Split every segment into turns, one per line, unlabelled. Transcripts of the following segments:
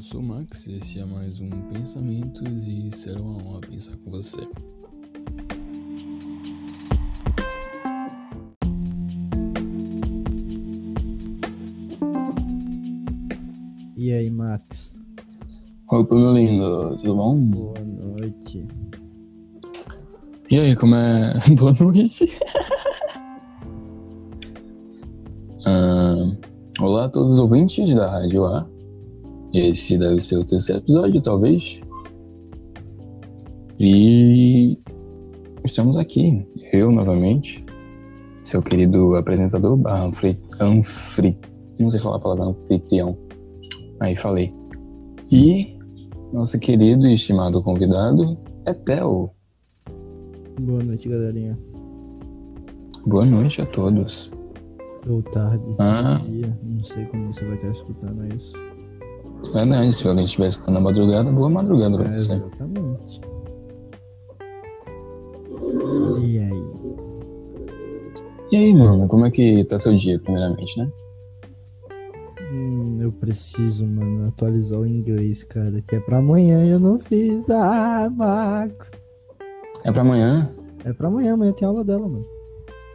sou Max, esse é mais um Pensamentos e será uma honra pensar com você.
E aí, Max?
Opa, meu lindo, tudo bom?
Boa noite.
E aí, como é? Boa noite. Ah, olá a todos os ouvintes da Rádio A. Esse deve ser o terceiro episódio, talvez. E estamos aqui, eu novamente, seu querido apresentador, barra anfri, anfri, não sei falar a palavra anfitrião. Aí falei. E nosso querido e estimado convidado é Theo.
Boa noite, galerinha.
Boa noite a todos.
Ou tarde,
Ah.
dia, não sei como você vai estar escutando isso.
É verdade, se alguém estiver escutando na madrugada, boa madrugada pra
É,
você.
exatamente. E aí?
E aí, Bruno, como é que tá seu dia, primeiramente, né?
Hum, eu preciso, mano, atualizar o inglês, cara, que é pra amanhã e eu não fiz. Ah, Max!
É pra amanhã?
É pra amanhã, amanhã tem aula dela, mano.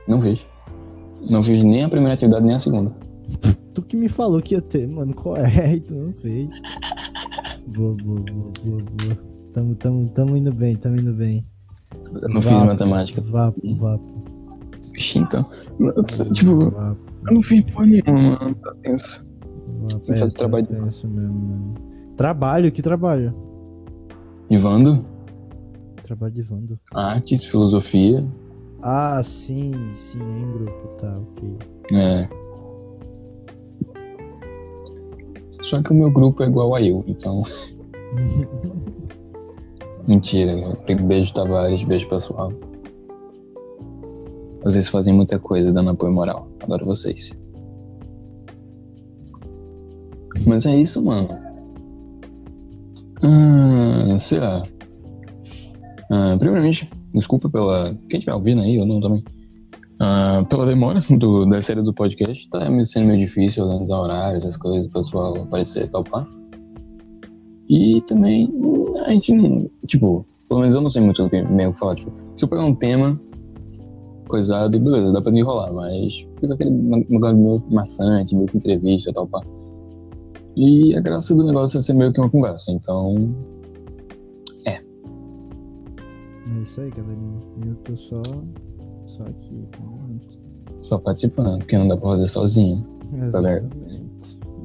Não fiz. Não fiz nem a primeira atividade, nem a segunda.
Tu que me falou que ia ter, mano, qual é? E tu não fez. Boa, boa, boa, boa, boa. Tamo, tamo, tamo indo bem, tamo indo bem.
Eu não fiz
Vapo,
matemática.
Vapo, vapo.
Vixe, então. Eu tô- Tipo,
vapo.
eu não fiz porra nenhuma, mano. Tá tenso.
Vapo,
Tem que fazer
tá
trabalho.
tenso mesmo, mano. Trabalho, que trabalho?
Ivando,
Trabalho de Vando.
artes, filosofia.
Ah, sim, sim, é em grupo, tá, ok.
É. Só que o meu grupo é igual a eu, então. Mentira. Beijo, Tavares. Beijo, pessoal. Vocês fazem muita coisa dando apoio moral. Adoro vocês. Mas é isso, mano. Ah, sei lá. Ah, primeiramente, desculpa pela. Quem estiver ouvindo aí, eu não também. Ah, pela demora do- da série do podcast, tá me sendo meio difícil organizar horários, essas coisas, o pessoal aparecer e topar. E também, hum, a gente não. Tipo, pelo menos eu não sei muito o que meio que falar. Tipo, se eu pegar um tema coisado, beleza, dá pra desenrolar, mas fica aquele ma- negócio meio maçante, meio que entrevista e tal, pá. E a graça do negócio é ser meio que uma conversa, então.
É isso aí, galerinha. Eu tô só. Só aqui, tá junto.
Só participando, porque não dá pra fazer sozinho. Galera.
Exatamente.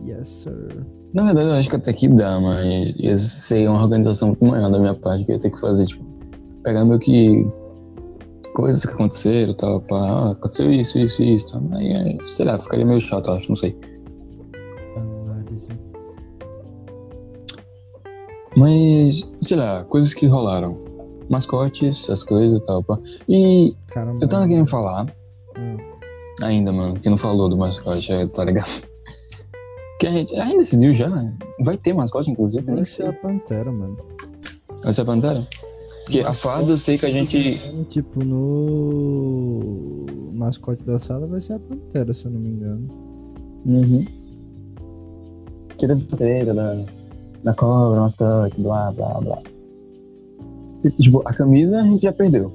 Yes, sir.
Na verdade, eu acho que até que dá, mas eu sei uma organização muito maior da minha parte que eu ia ter que fazer, tipo, pegar meio que coisas que aconteceram, tal, pá, ah, aconteceu isso, isso, isso, tal. Aí, é, sei lá, ficaria meio chato, eu acho, não sei.
Análise.
Mas, sei lá, coisas que rolaram. Mascotes, essas coisas e tal, pá. E
Caramba.
eu tava querendo falar
Ah,
ainda, mano, que não falou do mascote, é, tá ligado? Que a gente, a gente decidiu já, né? vai ter mascote, inclusive, eu nem
Vai ser
sei.
a Pantera, mano.
Essa é a Pantera? Porque a fada eu sei que a gente
Tipo, no mascote da sala vai ser a Pantera, se eu não me engano.
Uhum. Tira da treta, da, da cobra, mascote, blá, blá, blá. E, tipo, a camisa a gente já perdeu.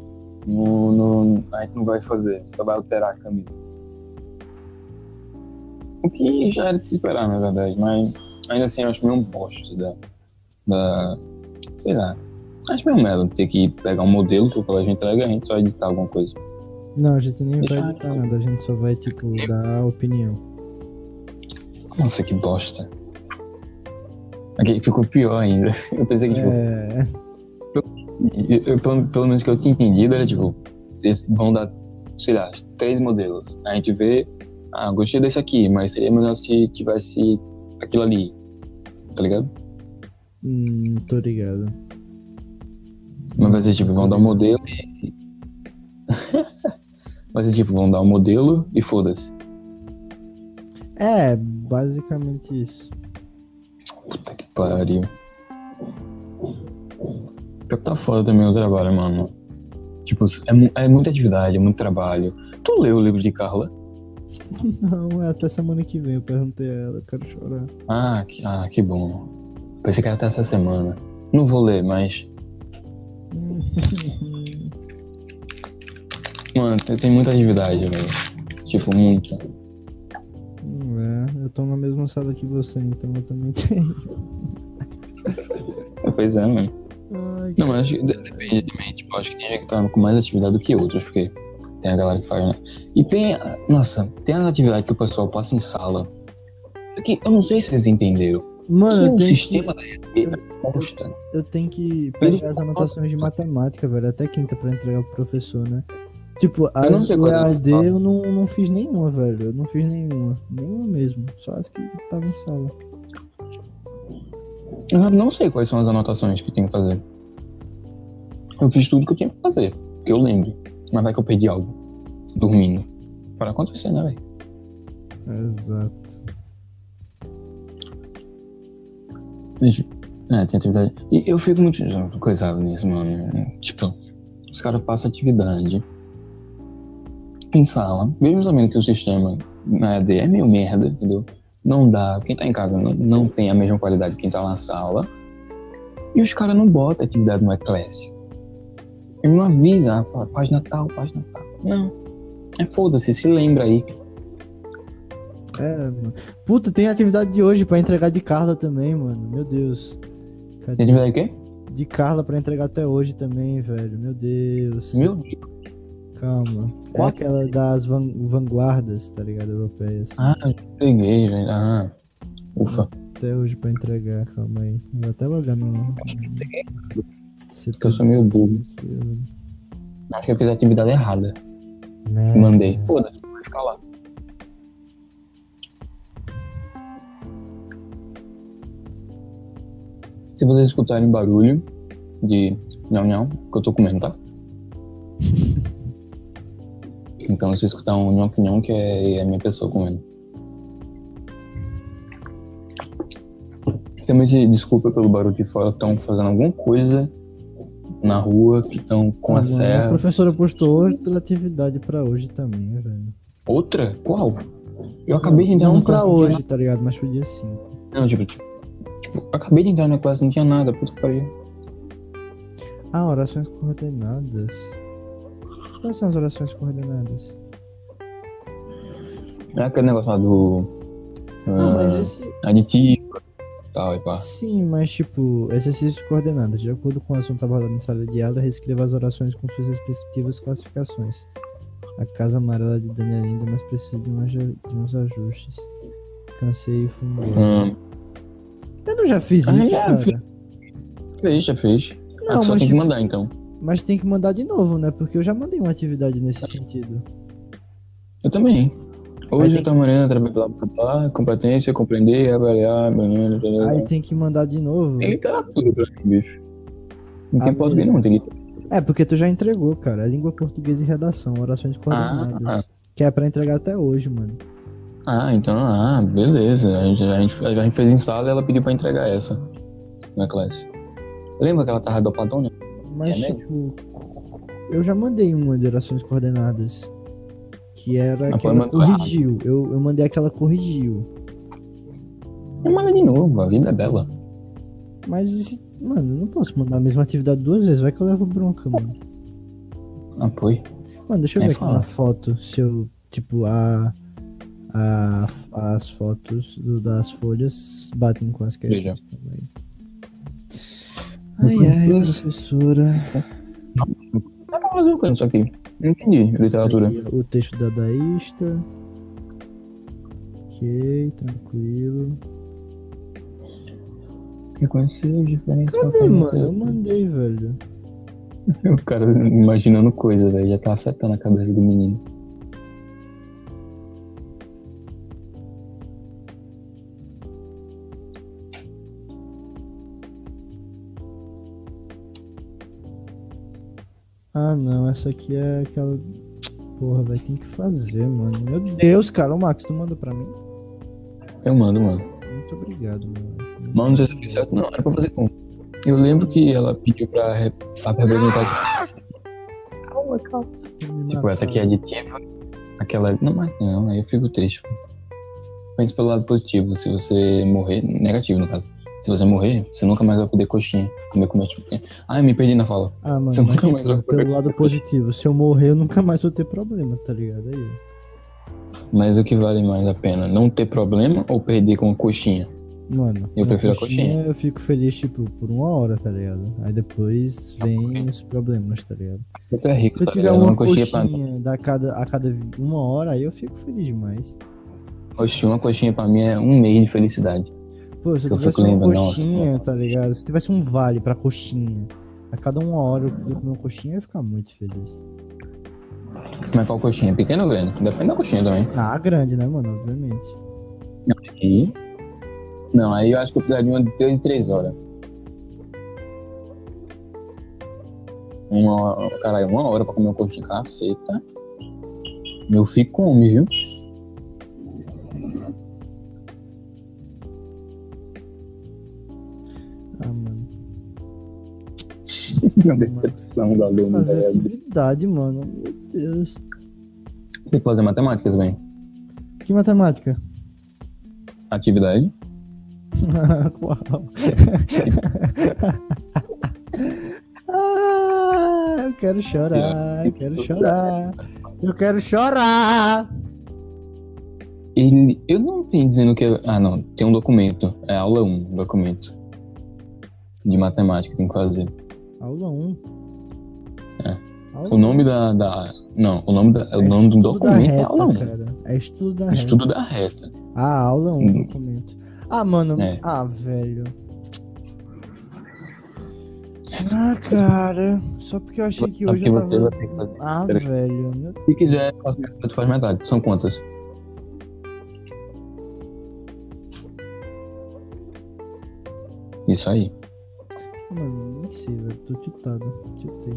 No, no- a gente não vai fazer, só vai alterar a camisa. O que já era de se esperar, na verdade, mas ainda assim eu acho meio um bosta da. da sei lá. Acho meio merda ter que pegar um modelo que o colégio entrega e a gente só editar alguma coisa.
Não, a gente nem vai
Deixa eu-
editar nada, a gente só vai, tipo, dar opinião.
Nossa, que bosta. Aqui ficou pior ainda. Eu pensei que, tipo,
É,
Eu- eu- pelo, pelo menos que eu tinha entendido, era tipo, eles vão dar, sei lá, três modelos. A gente vê, ah, gostei desse aqui, mas seria melhor se tivesse aquilo ali, tá ligado?
hum, tô ligado.
Não vai ser tipo, vão dar um modelo e. vai ser tipo, vão dar um modelo e foda-se.
É, basicamente isso.
Puta que pariu. Pior que tá foda também o trabalho, mano. Tipo, é, mu- é muita atividade, é muito trabalho. Tu leu o livro de Carla?
Não, é até semana que vem, eu perguntei a ela, eu quero chorar.
Ah, que, ah, que bom. Pensei que era até essa semana. Não vou ler, mas.
Hum,
Mano, tem, tem muita atividade, velho. Tipo, muita.
É, eu tô na mesma sala que você, então eu também tenho.
Pois é, mano.
Ai,
Não, mas acho que de- depende também. Tipo, acho que tem gente que tá com mais atividade do que outras, porque tem a galera que faz, né? E tem. a- Nossa, tem as atividades que o pessoal passa em sala. É Que eu não sei se vocês entenderam.
Mano,
que
eu
o
tenho
um sistema da RP consta.
que, eu tenho que
Eles-
pegar as anotações de matemática, velho, até quinta pra entregar pro professor, né? Tipo, as
não sei quais
EAD
eu faço.
eu não, não fiz nenhuma, velho. Eu não fiz nenhuma. Nenhuma mesmo. Só as que tava em sala.
Eu não sei quais são as anotações que eu tenho que fazer. Eu fiz tudo que eu tinha que fazer, que eu lembro. Mas vai que eu perdi algo. Dormindo. Para acontecer, né, velho?
Exato.
Mas, É, tem atividade. E eu fico muito coisado nisso, mano. Tipo, os caras passam atividade em sala, mesmo sabendo que o sistema na EAD é meio merda, entendeu? Não dá. Quem tá em casa não, não tem a mesma qualidade que quem tá na sala. E os caras não botam atividade no class. Ele não avisa, ah, pá- página tal, página tal. Não. É foda-se, se lembra aí.
É, mano. Puta, tem atividade de hoje pra entregar de Carla também, mano. Meu Deus.
Tem
Cadê?
atividade o quê?
De Carla pra entregar até hoje também, velho. Meu Deus.
Meu Deus.
Calma. É
Qual?
aquela das van- vanguardas, tá ligado? Europeias.
Ah, eu peguei, gente. Ah, ufa.
Até hoje pra entregar, calma aí. Vou até logar no. Você
Que eu sou meio burro.
aqui, eu-
Acho que eu fiz a atividade errada.
Né?
Mandei. Hum. Foda-se, vai ficar lá. Se vocês escutarem barulho de nhão nhão, que eu tô comendo, tá? Então, se escutar um nhão nhão, que é é a minha pessoa comendo. Também se Então, desculpa pelo barulho de fora, estão fazendo alguma coisa na rua, que estão com
Tá
a
bom, A
serra.
professora postou outra atividade pra hoje também, velho.
Outra? Qual? Eu acabei de entrar
Não
na
pra
classe.
hoje, tá ligado? Mas pro dia 5.
Não, tipo, tipo, tipo, eu acabei de entrar na classe, não tinha nada, puta que pariu.
Ah, orações coordenadas. Quais são as orações coordenadas?
É aquele negócio lá do.
Ah,
ah, tá.
mas esse,
Aditivo tal e pá.
Sim, mas tipo, exercícios coordenados. De acordo com o assunto abordado em sala de aula, reescreva as orações com suas respectivas classificações. A casa amarela de Daniel ainda mais precisa de, umas- de uns ajustes. Cansei e fundou.
Hum,
Eu não já fiz
Ah,
isso,
já
cara.
fiz. fez, já fez. Ah,
Não,
tu só tem
mas,
que
tipo,
mandar então.
mas tem que mandar de novo, né? Porque eu já mandei uma atividade
É.
nesse sentido.
Eu também.
Aí
Hoje
tem
eu tô morando através blá blá blá, competência, compreender, avaliar, blá, blá, blá, blá.
Aí tem que mandar de novo.
Tem literatura pra mim, bicho. Não tem
Ah,
português, não, tem literatura.
É, porque tu já entregou, cara. É língua portuguesa e redação, orações coordenadas. Que é pra entregar até hoje, mano.
Ah, então, ah, beleza. A gente, a, gente, a gente fez em sala e ela pediu pra entregar essa na classe. Lembra que ela tava dopadona?
Mas,
É mesmo?
tipo, eu já mandei uma de orações coordenadas. Que era
Mas
que
foi
ela
mandado Ah, errado.
corrigiu. Eu, eu mandei aquela corrigiu.
Manda de novo, a vida é bela.
Mas, esse- mano, eu não posso mandar a mesma atividade duas vezes. Vai que eu levo bronca, mano.
Apoio.
Mano, deixa eu
É
ver aqui
foda.
na foto se eu. Tipo, a. a as fotos do- das folhas batem com as questões também. Ai, ai,
Isso.
professora.
Dá pra fazer o que isso aqui? Não entendi, literatura.
Aqui, o texto dadaísta. Ok, tranquilo.
Reconhecer as diferenças.
Cadê, mano? Eu mandei, velho.
O cara imaginando coisa, velho. Já tá afetando a cabeça do menino.
Ah, não, essa aqui é aquela. Porra, velho, tem que fazer, mano. Meu Deus, cara, o Max, tu manda pra mim?
Eu mando, mano.
Muito obrigado, mano.
Mas não sei se eu fiz certo, não. Era pra fazer como? Eu lembro que ela pediu pra, re... pra representar. Calma, calma. Tipo, essa aqui é aditiva. Aquela. Não, mas não, aí eu fico triste. pô. Pense pelo lado positivo. Se você morrer. Negativo, no caso. Se você morrer, você nunca mais vai poder coxinha, comer comida de coxinha. Ai, me perdi na fala.
Ah, mano,
Você
mas,
nunca mais
tipo,
vai poder
pelo lado positivo, se eu morrer, eu nunca mais vou ter problema, tá ligado? Aí,
Mas o que vale mais a pena? Não ter problema ou perder com coxinha?
mano.
Eu
na
prefiro a coxinha.
Eu fico feliz, tipo, por uma hora, tá ligado? Aí depois vem os problemas, tá ligado?
Você é rico,
Se eu
tá
tiver
ligado?
uma
coxinha pra mim.
coxinha da cada, a cada uma hora, aí eu fico feliz demais.
Oxi, uma coxinha pra mim é um mês de felicidade.
Pô, se eu
Eu
tivesse
fico
uma
lembrando, nossa,
coxinha, tá ligado? Se eu tivesse um vale pra coxinha, a cada uma hora eu podia comer uma coxinha, eu ia ficar muito feliz.
Mas qual coxinha? Pequena ou grande? Depende da coxinha também.
Ah, grande, né, mano? Obviamente.
E... Não, aí eu acho que eu precisaria de uma de 3 em 3 horas. Uma hora, caralho, uma hora pra comer uma coxinha, caceta. Eu fico com homem, viu?
Ah, mano.
Uma decepção do aluno,
Fazer assim.
velho.
atividade, mano. Meu Deus.
Tem que fazer matemática também.
Que matemática?
Atividade.
Qual? ah, eu quero chorar, eu quero chorar. Eu quero chorar.
Ele, eu não tenho dizendo que. é- Ah, não. Tem um documento. É aula 1, documento. De matemática, tem que fazer.
Aula 1.
É.
Aula
O nome da. da- não, o nome, da,
É
o nome do
estudo da
documento é
reta,
aula 1.
Cara. É estudo da reta.
Estudo da reta.
Ah, aula 1,
Hum.
documento. Ah, mano.
É.
Ah, velho. Ah, cara. Só porque eu achei que
Só
hoje
que
eu
você
tava.
vai ter que fazer.
Ah,
Peraí.
velho. Meu...
Se quiser, faz metade, tu faz metade. São quantas? Isso aí.
Mano, nem sei, velho. Tô tiltado. Tiltei.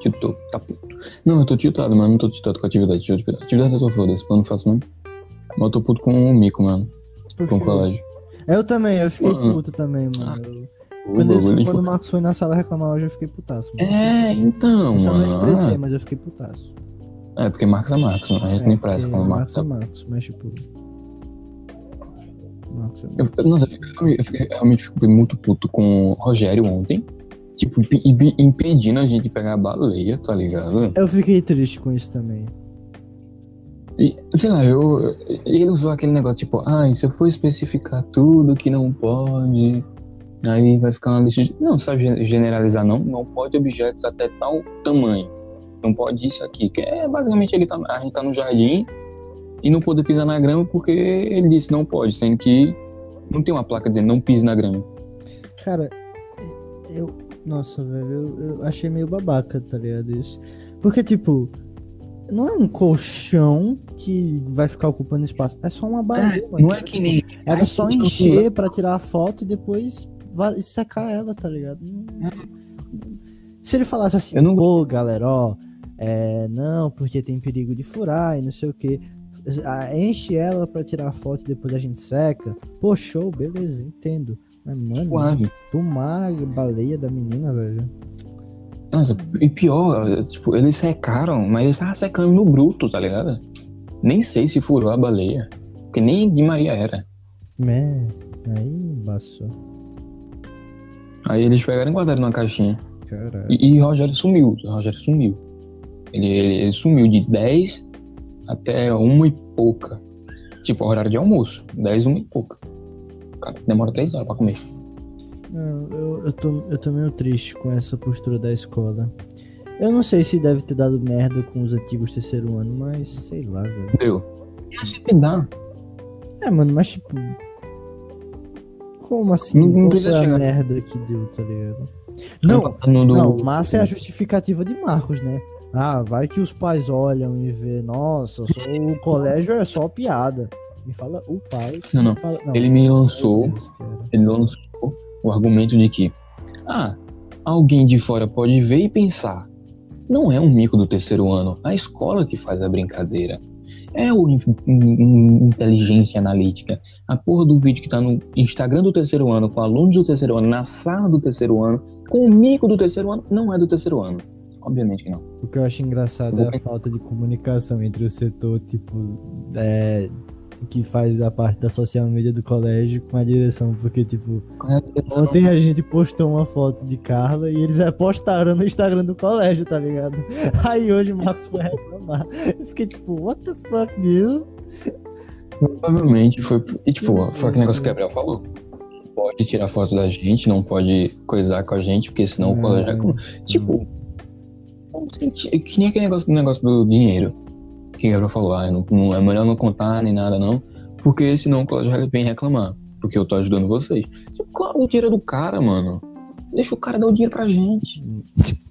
Tipo, tá puto. Não, eu tô tiltado, mano. Não tô tiltado com a atividade. Deixa eu te pegar. Atividade eu tô foda-se, eu não faço mesmo. Mas eu tô puto com o mico, mano.
Por
Com o
quê?
colégio.
Eu também, eu fiquei
Mano. Ah,
puto também, mano. Eu-
O
Quando, eles-
bagulho
quando
foi-
o Marcos foi na sala reclamar hoje, eu fiquei putaço. Mano.
É, então,
eu só não
mano.
expressei, mas eu fiquei putaço.
Ah, É, porque Marcos é Marcos, mano. A gente nem presta
porque
como Marcos.
Marcos é
tá?
Marcos, mas tipo. Marcos é Marcos.
Eu, eu- nossa, eu, fico- eu fico- eu realmente fico muito puto com o Rogério ontem. Tipo, impe- impe- impedindo a gente de pegar a baleia, tá ligado?
Eu fiquei triste com isso também.
E, sei lá, eu, ele usou aquele negócio tipo, ah, se eu for especificar tudo que não pode, aí vai ficar uma lista de. Não, sabe gen- generalizar, não. Não pode objetos até tal tamanho. Não pode isso aqui. Que é basicamente ele tá, a gente tá no jardim e não poder pisar na grama porque ele disse não pode, sendo que não tem uma placa dizendo não pise na grama.
Cara, eu. Nossa, velho, eu, eu achei meio babaca, tá ligado? Isso. Porque, tipo, não é um colchão que vai ficar ocupando espaço. É só uma baleia, mano. Tipo,
nem.
Era
Ai,
só
que
encher pra tirar a foto e depois va- secar ela, tá ligado? Se ele falasse assim,
Hum. Eu não-
pô, galera, ó, é, não, porque tem perigo de furar e não sei o que. Enche ela pra tirar a foto e depois a gente seca. Pô, show, beleza, entendo. Mas, mano,
Suave.
tomar a baleia da menina, velho.
Nossa, e pior, tipo, eles secaram, mas eles estavam secando no bruto, tá ligado? Nem sei se furou a baleia. Porque nem de Maria era.
Mé, aí embaçou.
Aí eles pegaram e guardaram numa caixinha.
Caralho.
E, e Rogério sumiu. Rogério sumiu. Ele, ele- ele sumiu de 10 até uma e pouca. Tipo, horário de almoço. 10, uma e pouca. Cara, demora 3 horas pra comer.
Não, eu, eu, tô, eu tô meio triste com essa postura da escola. Eu não sei se deve ter dado merda com os antigos terceiro ano, mas sei lá, velho.
Deu. Acho que dá.
É, mano, mas tipo. Como assim?
Não- não
Qual
precisa
foi a
chegar.
merda que deu, tá ligado? Não,
No, Tá do-
não, massa é a justificativa de Marcos, né? Ah, vai que os pais olham e vê, nossa, só- o colégio é só piada. Me fala o pai.
Não, não.
me fala- não,
Ele me lançou.
meu Deus, cara.
ele lançou o argumento de que, ah, alguém de fora pode ver e pensar, não é um mico do terceiro ano, a escola que faz a brincadeira. É o in- in- inteligência analítica. A porra do vídeo que tá no Instagram do terceiro ano, com alunos do terceiro ano, na sala do terceiro ano, com o mico do terceiro ano, não é do terceiro ano. Obviamente que não.
O que eu acho engraçado é a falta de comunicação entre o setor, tipo, é, que faz a parte da social media do colégio com a direção, porque, tipo,
Correto.
ontem a gente postou uma foto de Carla e eles repostaram no Instagram do colégio, tá ligado? Aí hoje o Marcos foi reclamar. Eu fiquei tipo, what the fuck, dude?
Provavelmente foi. E tipo, foi aquele negócio que o Gabriel falou. Pode tirar foto da gente, não pode coisar com a gente, porque senão o
É.
colégio reclama. Tipo, não senti- é que nem aquele negócio, negócio do dinheiro que o Gabriel falou. Ah, não, não- é melhor não contar nem nada, não, porque senão o colégio vem reclamar. Porque eu tô ajudando vocês. Tipo, qual é o dinheiro do cara, mano? Deixa o cara dar o dinheiro pra gente.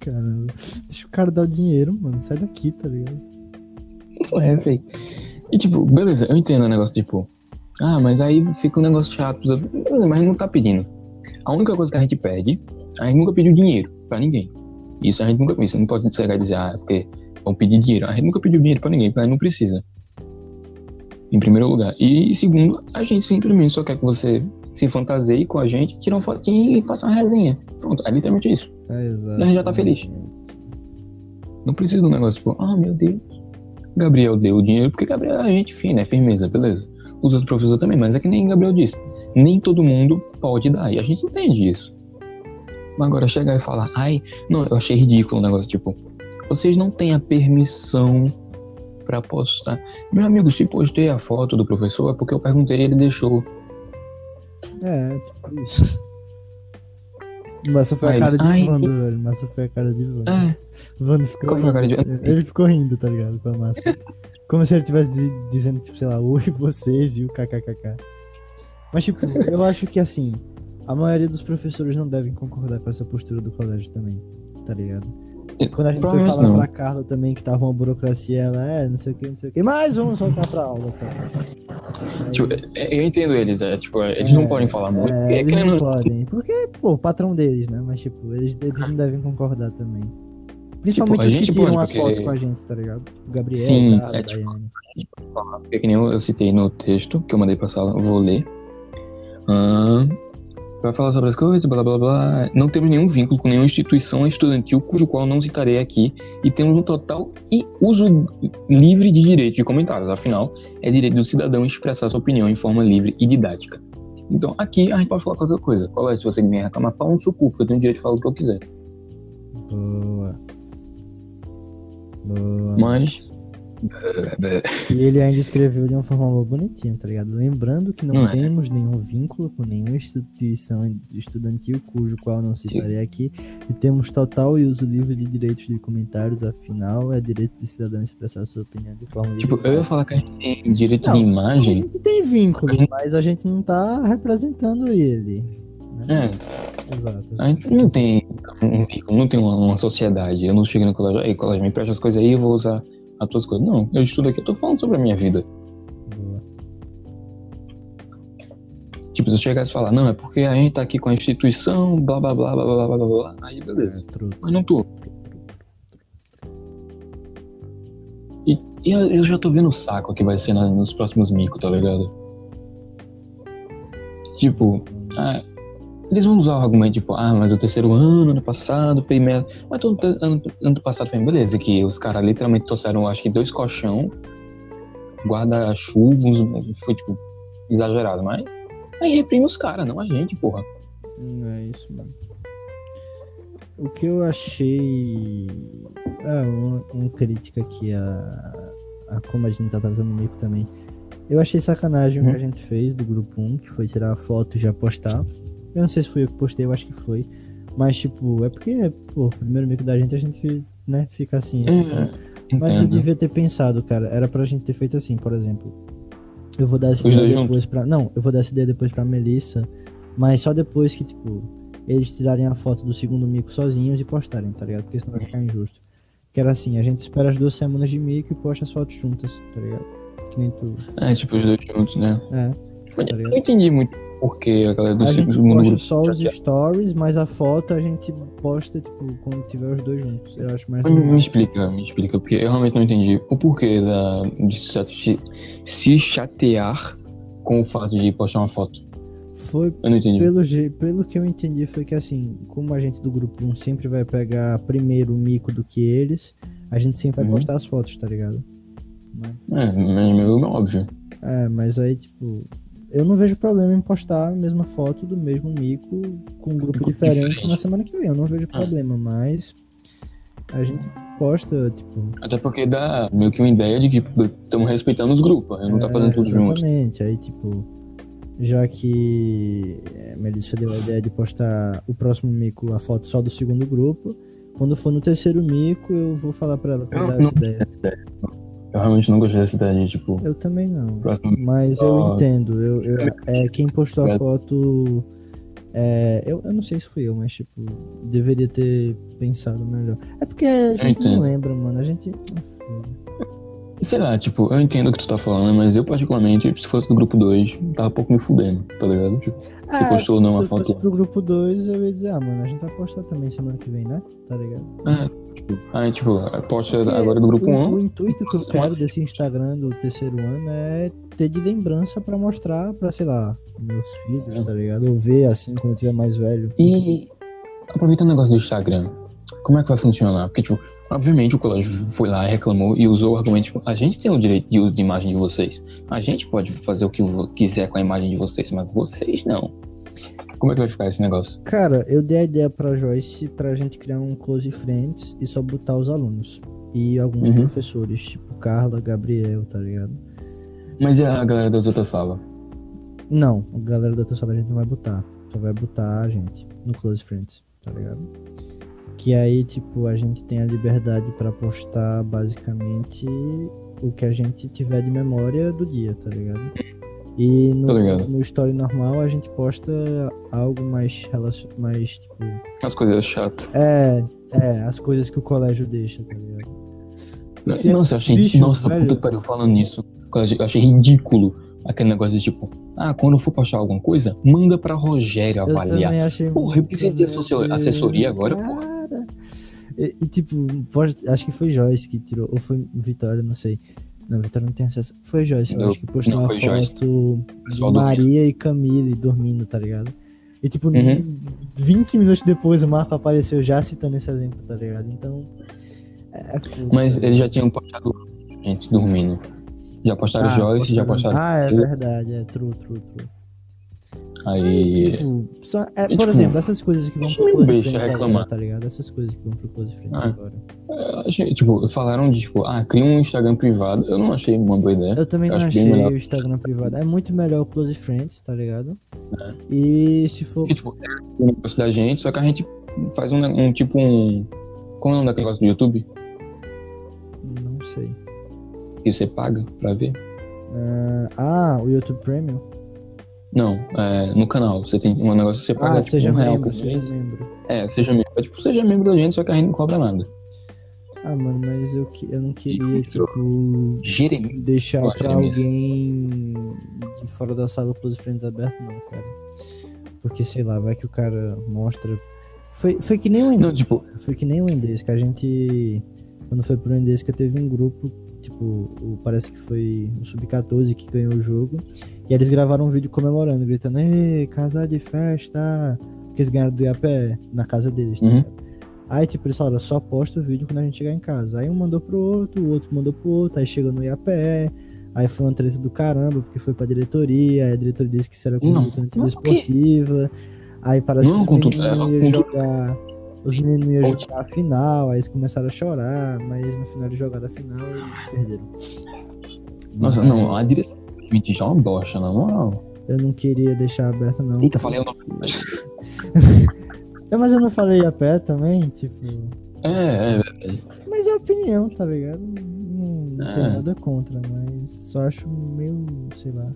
Caramba, deixa o cara dar o dinheiro, mano, sai daqui, tá ligado?
Não é, véi. E tipo, beleza, eu entendo o negócio, tipo, ah, mas aí fica um negócio chato, precisa- Beleza, mas não tá pedindo. A única coisa que a gente pede, a gente nunca pediu dinheiro pra ninguém. Isso a gente nunca isso não pode chegar e dizer, ah, porque vão pedir dinheiro. A gente nunca pediu dinheiro pra ninguém, porque a gente não precisa. Em primeiro lugar. E segundo, a gente simplesmente só quer que você se fantasie com a gente, tira uma fotinha e faça uma resenha. Pronto, é literalmente isso.
É, exato.
Mas já tá feliz. Não precisa de um negócio tipo, ah, meu Deus. Gabriel deu o dinheiro, porque Gabriel é gente fina, é firmeza, beleza. Os outros professores também, mas é que nem Gabriel disse. Nem todo mundo pode dar, e a gente entende isso. Mas agora chegar e falar, ai, não, eu achei ridículo um negócio tipo, vocês não têm a permissão pra postar. Meu amigo, se postei a foto do professor é porque eu perguntei e ele deixou.
É, tipo isso. Massa foi
Aí
a cara de
ele, ai,
Vando, velho. Massa foi a cara de Vando.
É,
Vando ficou.
Qual foi a cara de-
rindo. Ele ficou rindo, tá ligado? Com a máscara. Como se ele estivesse di- dizendo, tipo, sei lá, oi vocês e o kkkk. Mas, tipo, eu acho que assim, a maioria dos professores não devem concordar com essa postura do colégio também, tá ligado?
É,
Quando a gente foi
provavelmente
falar
não.
pra Carla também que tava uma burocracia, ela é, não sei o que, não sei o que, mas vamos voltar pra aula, tá?
tipo, é, eu entendo eles, é, tipo, é, eles
É,
não podem falar muito.
É,
porque
eles
querendo-
não podem. Porque, pô, o patrão deles, né? Mas, tipo, eles, eles não devem concordar também. Principalmente
Tipo, a
os
gente
que tiram
pode,
as
porque-
fotos com a gente, tá ligado? Tipo, Gabriel,
Sim,
Carla,
é, tipo,
Daiane.
É que nem eu, eu citei no texto que eu mandei pra sala, vou ler. Ahn, vai falar sobre as coisas, blá blá blá. Não temos nenhum vínculo com nenhuma instituição estudantil cujo qual não citarei aqui e temos um total e uso livre de direito de comentários. Afinal, é direito do cidadão expressar sua opinião em forma livre e didática. Então, aqui a gente pode falar qualquer coisa. Colégio, se você me reclamar, pau no seu cu, porque eu tenho o direito de falar o que eu quiser.
Boa. Boa.
Mas. é,
E ele ainda escreveu de uma forma boa, bonitinha, tá ligado? Lembrando que não
Não é.
temos nenhum vínculo com nenhuma instituição estudantil, cujo qual não citarei aqui, e temos total e uso livre de direitos de comentários, afinal, é direito do cidadão expressar sua opinião de forma
Tipo,
livre.
eu ia falar que a gente tem direito
Não,
de
A
imagem.
gente tem
Uhum.
vínculo, mas a gente não tá representando ele. né?
É,
Exato.
A gente não tem um vínculo, não tem uma, uma sociedade. Eu não chego no colégio, aí colégio me presta as coisas aí, eu vou usar as tuas coisas. Não, eu estudo aqui, eu tô falando sobre a minha vida.
Boa.
Tipo, se eu chegasse e falar, não, é porque a gente tá aqui com a instituição, blá blá blá blá blá blá blá blá, aí beleza.
Truta.
Mas não tô. E, e eu, eu já tô vendo o saco que vai ser na- nos próximos micos, tá ligado? Tipo, Ah, eles vão usar o argumento tipo, ah, mas o terceiro ano, ano passado, foi merda. Mas todo te- ano, ano passado foi beleza, que os caras literalmente trouxeram, acho que dois colchão, guarda-chuva, uns- foi tipo, exagerado, mas. Aí reprime os caras, não a gente, porra.
Não é isso, mano. O que eu achei. Ah, uma, uma crítica aqui a, a como a gente tá tratando o Mico também. Eu achei sacanagem
Uhum.
o que a gente fez do grupo 1, que foi tirar a foto e já postar. Eu não sei se foi eu que postei, eu acho que foi. Mas, tipo, é porque, pô, o primeiro Mico da gente, a gente, né, fica
É.
assim. fica- Mas eu
Entendo.
devia ter pensado, cara. Era pra gente ter feito assim, por exemplo. Eu vou dar essa
Os
ideia
dois
depois pra. Não, eu vou dar essa ideia depois pra Melissa. Mas só depois que, tipo, eles tirarem a foto do segundo mico sozinhos e postarem, tá ligado? Porque senão vai ficar injusto. Que era assim, a gente espera as duas semanas de mico e posta as fotos juntas, tá ligado? Que nem tu.
É, tipo, os dois juntos, né?
É.
Mas
Tá
eu
ligado?
não entendi muito porque a galera do
a gente
segundo
posta
grupo.
só os
chateado.
stories, mas a foto a gente posta, tipo, quando tiver os dois juntos. Eu acho mais.
Me, me explica, me explica, porque eu realmente não entendi o porquê da, de se- se chatear com o fato de postar uma foto.
Foi
Eu não entendi.
Pelo, je- pelo que eu entendi foi que assim, como a gente do grupo 1 sempre vai pegar primeiro o mico do que eles, a gente sempre vai
Uhum.
postar as fotos, tá ligado?
É, meu, meu, óbvio.
É, mas aí, tipo, eu não vejo problema em postar a mesma foto do mesmo mico com um grupo
grupo
diferente,
diferente.
na semana que vem. Eu não vejo
Ah.
problema, mas a gente posta, tipo.
Até porque dá meio que uma ideia de que estamos respeitando os grupos, né? não tá
é,
fazendo tudo junto.
Exatamente. Aí, tipo, já que é, Melissa deu a ideia de postar o próximo mico, a foto só do segundo grupo. Quando for no terceiro mico, eu vou falar pra ela pra
Eu
dar
não-
essa ideia.
Eu realmente não gostei dessa ideia de, tipo,
Eu também não.
próximo.
Mas eu
Ó,
entendo. Eu, eu- é, quem postou a
Ah. É.
foto. é, eu, eu não sei se fui eu, mas tipo, deveria ter pensado melhor. É porque a gente não
entendo.
lembra, mano. A gente. Ah, foda.
Sei lá, tipo, eu entendo o que tu tá falando, mas eu, particularmente, se fosse do grupo 2, tava um pouco me fudendo, tá ligado? Tipo, se
Ah, se
postou ou não a
eu fosse
foto.
pro grupo 2, eu ia dizer, ah, mano, a gente vai postar também semana que vem, né? Tá ligado?
Ah, tipo, posta
Porque
agora do grupo
o,
1.
O intuito que eu
Nossa,
quero desse Instagram do terceiro ano é ter de lembrança pra mostrar pra, sei lá, meus filhos,
É.
tá ligado? Ou ver assim quando eu tiver mais velho.
E aproveitando o negócio do Instagram, como é que vai funcionar? Porque, tipo, obviamente o colégio foi lá, reclamou e usou o argumento, tipo, a gente tem o direito de uso de imagem de vocês. A gente pode fazer o que vo- quiser com a imagem de vocês, mas vocês não. Como é que vai ficar esse negócio?
Cara, eu dei a ideia pra Joyce pra gente criar um Close Friends e só botar os alunos. E alguns
Uhum.
professores, tipo Carla, Gabriel, tá ligado?
Mas e a galera das outras salas?
Não, a galera da outra sala a gente não vai botar. Só vai botar a gente no Close Friends, tá ligado? Que aí, tipo, a gente tem a liberdade pra postar basicamente o que a gente tiver de memória do dia, tá ligado? E no,
Tô ligado.
no story normal a gente posta algo mais, relacion... mais tipo,
As coisas chatas.
É, é, as coisas que o colégio deixa, tá ligado? Porque,
Nossa, eu achei.
bicho,
nossa,
é velho.
puta que pariu falando nisso. Colégio, Eu achei ridículo aquele negócio de tipo, ah, quando eu for postar alguma coisa, manda pra Rogério
Eu
avaliar.
também achei
Porra, eu preciso de assessor-
meu Deus,
assessoria agora,
cara.
porra.
E, e, tipo, pode- acho que foi Joyce que tirou, ou foi Vitória, não sei. Não, Vitória não tem acesso. Foi Joyce, eu
Não,
acho que postou
não,
uma
foi Joyce.
foto de
Pessoal dormindo.
Maria e Camille dormindo, tá ligado? E tipo,
Uhum.
20 minutos depois o mapa apareceu já citando esse exemplo, tá ligado? Então. É, é foda,
Mas
tá ligado?
eles já tinham postado gente dormindo. Já postaram Joyce, já postaram.
Ah, é
eu.
verdade, é true, true, true. Ah,
Aí.
Tipo, só- é,
E,
por
tipo,
exemplo, essas coisas que vão
deixa
pro
eu
Close
deixar
Friends agora,
reclamar.
tá ligado? Essas coisas que vão pro Close Friends
Ah.
agora.
eu achei, tipo, falaram de tipo, ah, cria um Instagram privado. Eu não achei uma boa ideia.
Eu também
é. Eu
não
acho bem
achei
melhor.
o Instagram privado. É muito melhor o Close Friends, tá ligado?
É.
E se for.
Porque, tipo, é um negócio da gente, só que a gente faz um, um tipo um. Como é o nome daquele negócio do YouTube?
Não sei.
Que você paga pra ver?
Ah, ah, o YouTube Premium?
Não, é, no canal. Você tem um negócio que você paga
Ah,
tipo,
seja
um real
membro,
por
seja
mês.
membro.
É, seja membro. É, tipo, seja membro da gente, só que a gente não cobra nada.
Ah, mano, mas eu, que- eu não queria,
entrou.
tipo,
Jeremias.
deixar
Eu acho
pra
que é nisso.
alguém de fora da sala o Close Friends aberto, não, cara. Porque, sei lá, vai que o cara mostra. Foi, foi que nem o
Não, tipo,
Foi que nem o Endesca. A gente, quando foi pro Endesca, teve um grupo, tipo, o- parece que foi o Sub-14 que ganhou o jogo. E eles gravaram um vídeo comemorando, gritando: Ê, casal de festa! Porque eles ganharam do IAPE na casa deles, tá
Uhum.
ligado? Aí, tipo, eles falaram: só posta o vídeo quando a gente chegar em casa. Aí um mandou pro outro, o outro mandou pro outro, aí chegou no IAPE. Aí foi uma treta do caramba, porque foi pra diretoria, aí a diretoria disse que isso era
Não,
conduta
não,
desportiva. Aí parece
Não,
que os
conduta-
meninos
é,
não iam
conduta-
jogar os meninos iam
Ponte.
jogar a final, aí eles começaram a chorar, mas no final eles jogaram a final e perderam.
nossa, não, a direção gente já é uma bosta, na moral.
Eu não queria deixar aberto, não.
Eita, falei o nome.
É, Mas eu não falei a pé também, tipo.
É, é,
Mas é opinião, tá ligado? Não, não tenho
É.
nada contra, mas só acho meio, sei lá.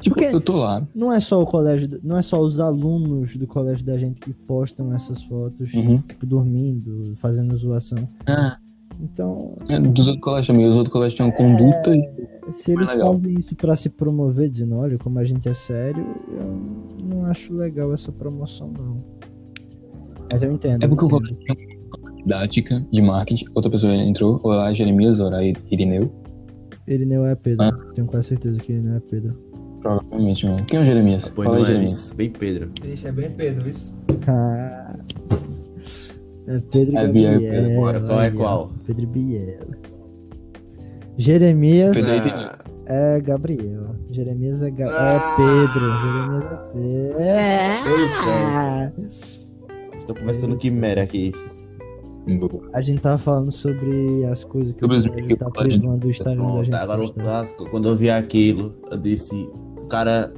Tipo,
Porque-
eu tô lá.
Não é só o colégio, não é só os alunos do colégio da gente que postam essas fotos,
Uhum.
tipo, dormindo, fazendo zoação.
Ah,
Então,
é, dos outros colégios também. Os outros colégios tinham conduta e.
Se eles
É legal.
fazem isso pra se promover, dizendo, olha, como a gente é sério, eu não acho legal essa promoção, não. Mas eu entendo.
É porque
eu
o
entendo.
colégio tinha uma didática de marketing. Outra pessoa entrou. Olá, Jeremias. Olá, Irineu.
Ele não é
Ah.
Pedro. Tenho quase certeza que ele não é Pedro.
Provavelmente, mano. Quem é o Jeremias?
Apoio
Fala aí,
no
Jeremias.
Elis, bem Pedro.
Vixe, é bem Pedro, isso.
Ah, é Pedro
É,
Gabriel.
é, é,
Agora, qual é
olha,
qual?
Pedro Biel. Jeremias.
Pedro Ah. aí.
Ah,
é Gabriela. Jeremias é, Ga é Pedro. Jeremias é Pedro.
Estou começando quimera aqui.
A gente tava falando sobre as coisas que o
Sobre os
Brasil tá
microfones.
privando o Instagram da
Pronto,
gente.
Tá,
agora o
postar.
clássico, quando eu vi aquilo, eu disse, o cara,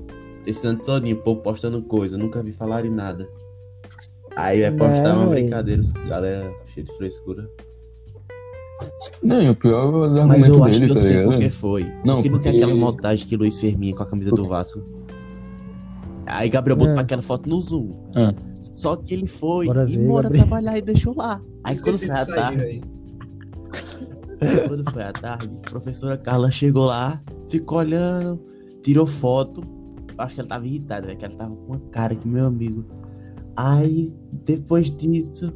esse Antônio, o povo postando coisa, eu nunca vi falar em nada. Aí vai postar
Não,
uma
ué.
brincadeira, galera cheia de frescura.
Não, e o pior é os
Mas
argumentos
eu acho que
dele,
eu
tá
sei porque
ligado?
foi.
Não,
porque não tem
porque-
aquela montagem que Luiz Fermin com a camisa do Vasco. Aí Gabriel botou
É.
aquela foto no Zoom.
É.
Só que ele foi
Bora
e
ver,
mora
Gabriel.
trabalhar e deixou lá. Aí quando
Esqueci
foi
de
à
sair,
tarde,
velho.
quando foi à tarde, a professora Carla chegou lá, ficou olhando, tirou foto. Acho que ela tava irritada, velho, que ela tava com uma cara que meu amigo. Aí, depois disso,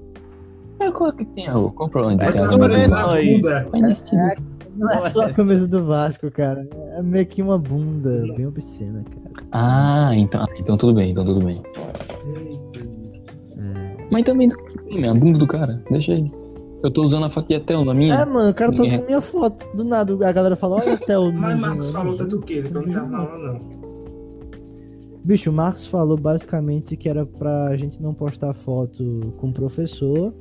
É, Qual que tem, Raul? Qual o problema de
É
ter
que
Cara,
não
mas
é
argumentos?
não
só
é
isso.
isso.
Mas nesse tipo,
Não é
Olha
só a
essa.
camisa do Vasco, cara. É meio que uma bunda, bem obscena, cara.
Ah, então, ah, então tudo bem, então tudo bem. Mas também tudo bem, né? a bunda do cara, deixa aí. Eu tô usando a fatia Tel na minha.
É, mano, o cara tá
Ninguém
usando minha foto. Do nada a galera fala, olha até o. né?"
Mas
Nuzinho,
Marcos
olha
falou
o Nuzinho.
tanto o quê? velho, Que eu não tava na aula, não.
Bicho, o Marcos falou basicamente que era pra gente não postar foto com o professor,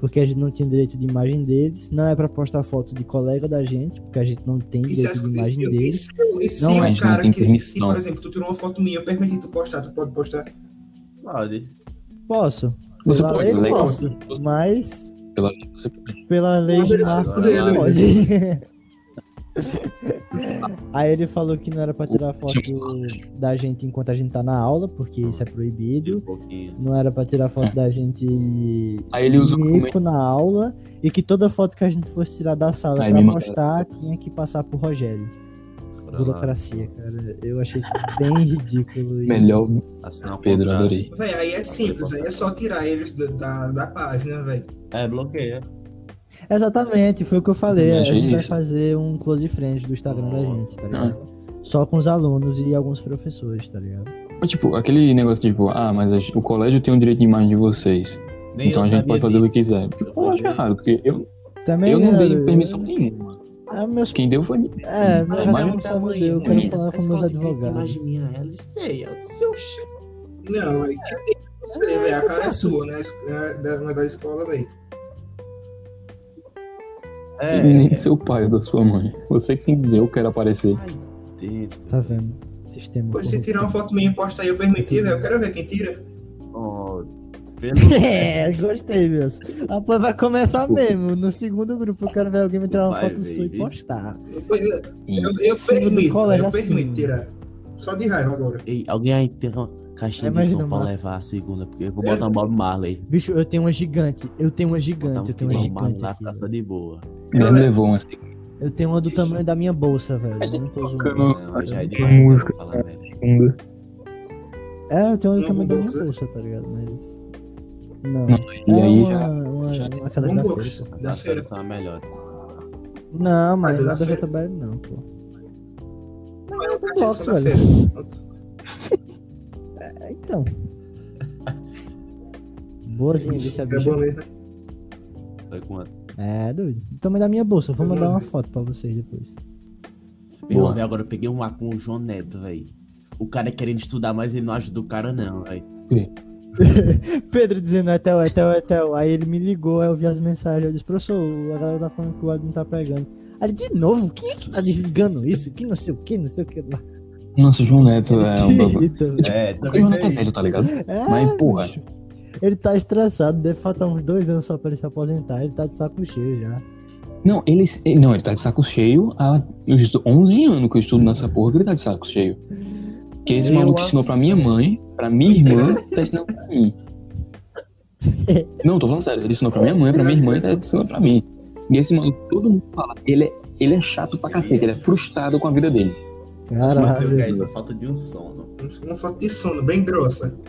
porque a gente não tinha direito de imagem deles. Não é pra postar foto de colega da gente, porque a gente não tem
E se,
direito
as,
de
e
imagem
se, e
deles.
se, e se
Não,
a gente
o
não
é um cara
tem
que. e Se,
permissão.
por exemplo, tu tirou uma foto minha, eu permiti tu postar, tu pode postar.
pode.
Posso?
Você
pela
pode,
lei,
legal.
posso. Mas,
Pela- você pode.
pela lei de
Obedeceu
Marcos,
por ele.
não pode. Aí ele falou que não era pra tirar foto da gente enquanto a gente tá na aula, porque isso é proibido.
um pouquinho.
Não era pra tirar foto da gente
Aí ele usa o argumento.
mico na aula e que toda foto que a gente fosse tirar da sala
Aí
pra
me manda.
mostrar tinha que passar pro Rogério.
Bora lá,
Burocracia, cara. Eu achei isso bem ridículo. e-
Melhor,
assinar o
Pedro,
contrato.
adorei.
Véi, aí é simples, aí é só tirar eles da, da, da página, velho.
É, bloqueia.
Exatamente, foi o que eu falei.
Eu
A
achei
gente vai
isso. Oh.
fazer um close friend do Instagram da gente, tá ligado?
Ah.
Só com os alunos e alguns professores, tá ligado?
Mas, Tipo, aquele negócio tipo, ah, mas a gente- o colégio tem o direito de imagem de vocês.
Nem
então a
eu
gente
sabia
pode fazer o que
disso.
quiser. Eu acho errado, porque eu,
Também
eu não dei
cara,
permissão nenhuma.
Ah, meus...
Quem deu foi mim.
É,
Mas
Mas
meu
é
razão não
um
sabe
tamanho,
eu
né?
quero falar
A
com meus
escola que vem com
advogados.
imagem minha, ela disse, "Ei, eu disse, "Oxi,
Não, velho. Você, velho, a cara é sua, né? Es- é Da, mas da escola, velho.
É,
Nem do seu pai ou da sua mãe. Você que tem que dizer, eu quero aparecer.
ai, dentro.
Tá vendo? Sistema.
Pô, Se
corrupto.
tirar uma foto minha e postar aí, eu permiti, velho. Eu quero ver quem tira.
Ó, pelo
É, gostei, meus. Rapaz, vai começar mesmo. No segundo grupo, eu quero ver alguém me tirar uma
Vai,
foto sua e
baby.
postar.
Pois é, Eu, eu
Sim, do
permito,
colégio
eu
assim.
permito tirar. Só de raiva agora.
Ei, alguém aí tem uma caixinha de
Imagina,
som pra
Márcio.
levar a segunda, porque eu vou botar um Bob Marley.
Bicho, eu tenho uma gigante. Eu tenho uma
Botar
gigante.
uns
Eu
que
tenho uma
Bob Marley
gigante.
lá,
Aqui,
ficar só
velho.
de boa.
Ele levou um assim.
eu tenho uma do tamanho da minha bolsa, velho. Eu
tá
não tô zoando.
Não, já é
eu-
demais,
música,
não vou falar, velho.
É, eu tenho uma do
Não,
tamanho da minha
bolsa.
bolsa, tá ligado? Mas. Não.
E
é
aí
uma,
já.
Uma,
já-
uma aquelas da feira.
Vamos
As
da feira.
são as melhores.
pô. Não, mas
Mas é
não
da
é da
feira.
JBL, não, pô. Não,
Mas
é
eu
do
acho
Blocks,
isso da
velho.
feira.
É, então. Boazinha, bicho, a
É
bicha.
bom mesmo.
Foi quanto?
É, doido. O tamanho da minha bolsa. Vou
Eu
mandar
não
uma
vi.
foto pra vocês depois.
Meu
Boa.
velho, agora eu peguei um lá com o João Neto, velho. O cara é querendo estudar, mas ele não ajuda o cara, não, velho.
Pedro dizendo, Etel, Etel, Etel. Aí ele me ligou, aí eu vi as mensagens. Eu disse, professor, a galera tá falando que o áudio não tá pegando. Aí ele, de novo? Quem é que tá desligando isso? Que não sei o que, não sei o que lá.
Nossa, o João Neto é um bagulho.
Irrita, velho.
É,
O João Neto é velho, tá ligado?
É,
Mas, porra.
bicho. Ele tá estressado, deve faltar uns dois anos só pra ele se aposentar. Ele tá de saco cheio já.
Não, ele, ele- não, ele tá de saco cheio há uns 11 anos que eu estudo nessa porra, que ele tá de saco cheio. Que esse
Eu
maluco
acho
ensinou pra minha mãe, pra minha irmã, tá ensinando pra mim. Não, tô falando sério, ele ensinou pra minha mãe, pra minha irmã, e tá ensinando pra mim. E esse maluco, todo mundo fala, ele é, ele é chato pra cacete, ele é frustrado com a vida dele.
Mas eu
Caralho.
quero essa falta de um sono.
Uma foto de sono bem grossa.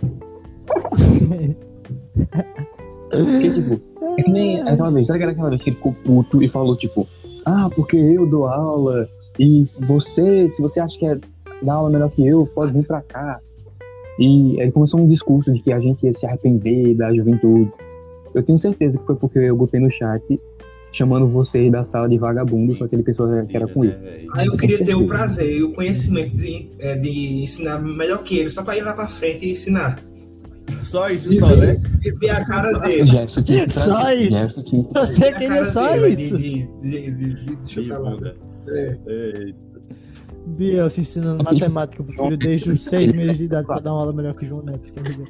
Porque, tipo, é que nem aquela vez, sabe aquela vez que ele ficou puto e falou, tipo, ah, porque eu dou aula e se você, se você acha que é dar aula melhor que eu, pode vir pra cá. E aí começou um discurso de que a gente ia se arrepender da juventude. Eu tenho certeza que foi porque eu botei no chat
chamando vocês da sala de vagabundo, só aquele pessoa que era
É,
com ele.
Aí eu queria ter o prazer e o conhecimento de, é, de ensinar melhor que ele, só pra ir lá pra frente e ensinar.
Só isso,
E
só, né?
ver, e ver a cara dele.
Jefferson aqui.
Só isso.
Jefferson aqui.
Você
Ver a
queria
cara
é só
dele,
isso.
de- de- de- de- de chocolate. É.
É,
Biel se ensinando matemática pro filho desde os seis meses de idade pra dar uma aula melhor que João Neto. tá ligado?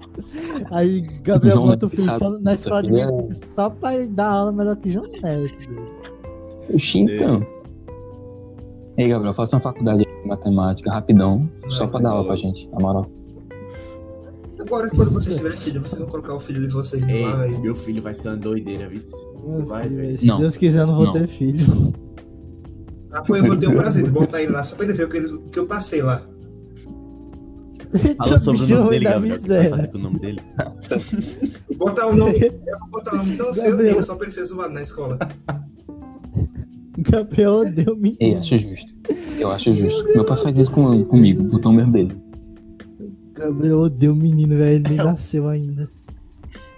Aí Gabriel
João
bota o
Neto
filho só
sabe,
na escola de
né?
vida só pra ele dar aula melhor que João Neto. tá
Oxi, então. Ei, Gabriel, faça uma faculdade de matemática rapidão, só pra dar aula pra gente, na moral.
Agora, quando vocês tiverem filho, vocês vão colocar o filho de vocês
Ei,
lá, velho.
meu filho vai ser uma doideira, viu?
Meu
Vai,
filho,
velho.
Se
Não.
Deus quiser, eu não vou
Não.
ter filho.
Ah, pô, eu vou ter o prazer de botar ele lá, só pra ele ver o que, ele- o que eu passei lá.
Fala sobre o
bichão
nome dele,
da
Gabriel. O que tu vai
miséria.
fazer com o nome dele?
Botar o nome. Eu vou botar o nome tão feio
Gabriel.
dele, só pra ele ser zoado na escola.
Gabriel odeia
Ei,
mentira.
É, acho justo. Eu acho justo. Hum. Meu pai faz isso com, comigo, com o tom mesmo dele.
Gabriel odeia o menino, velho. Ele nem nasceu ainda.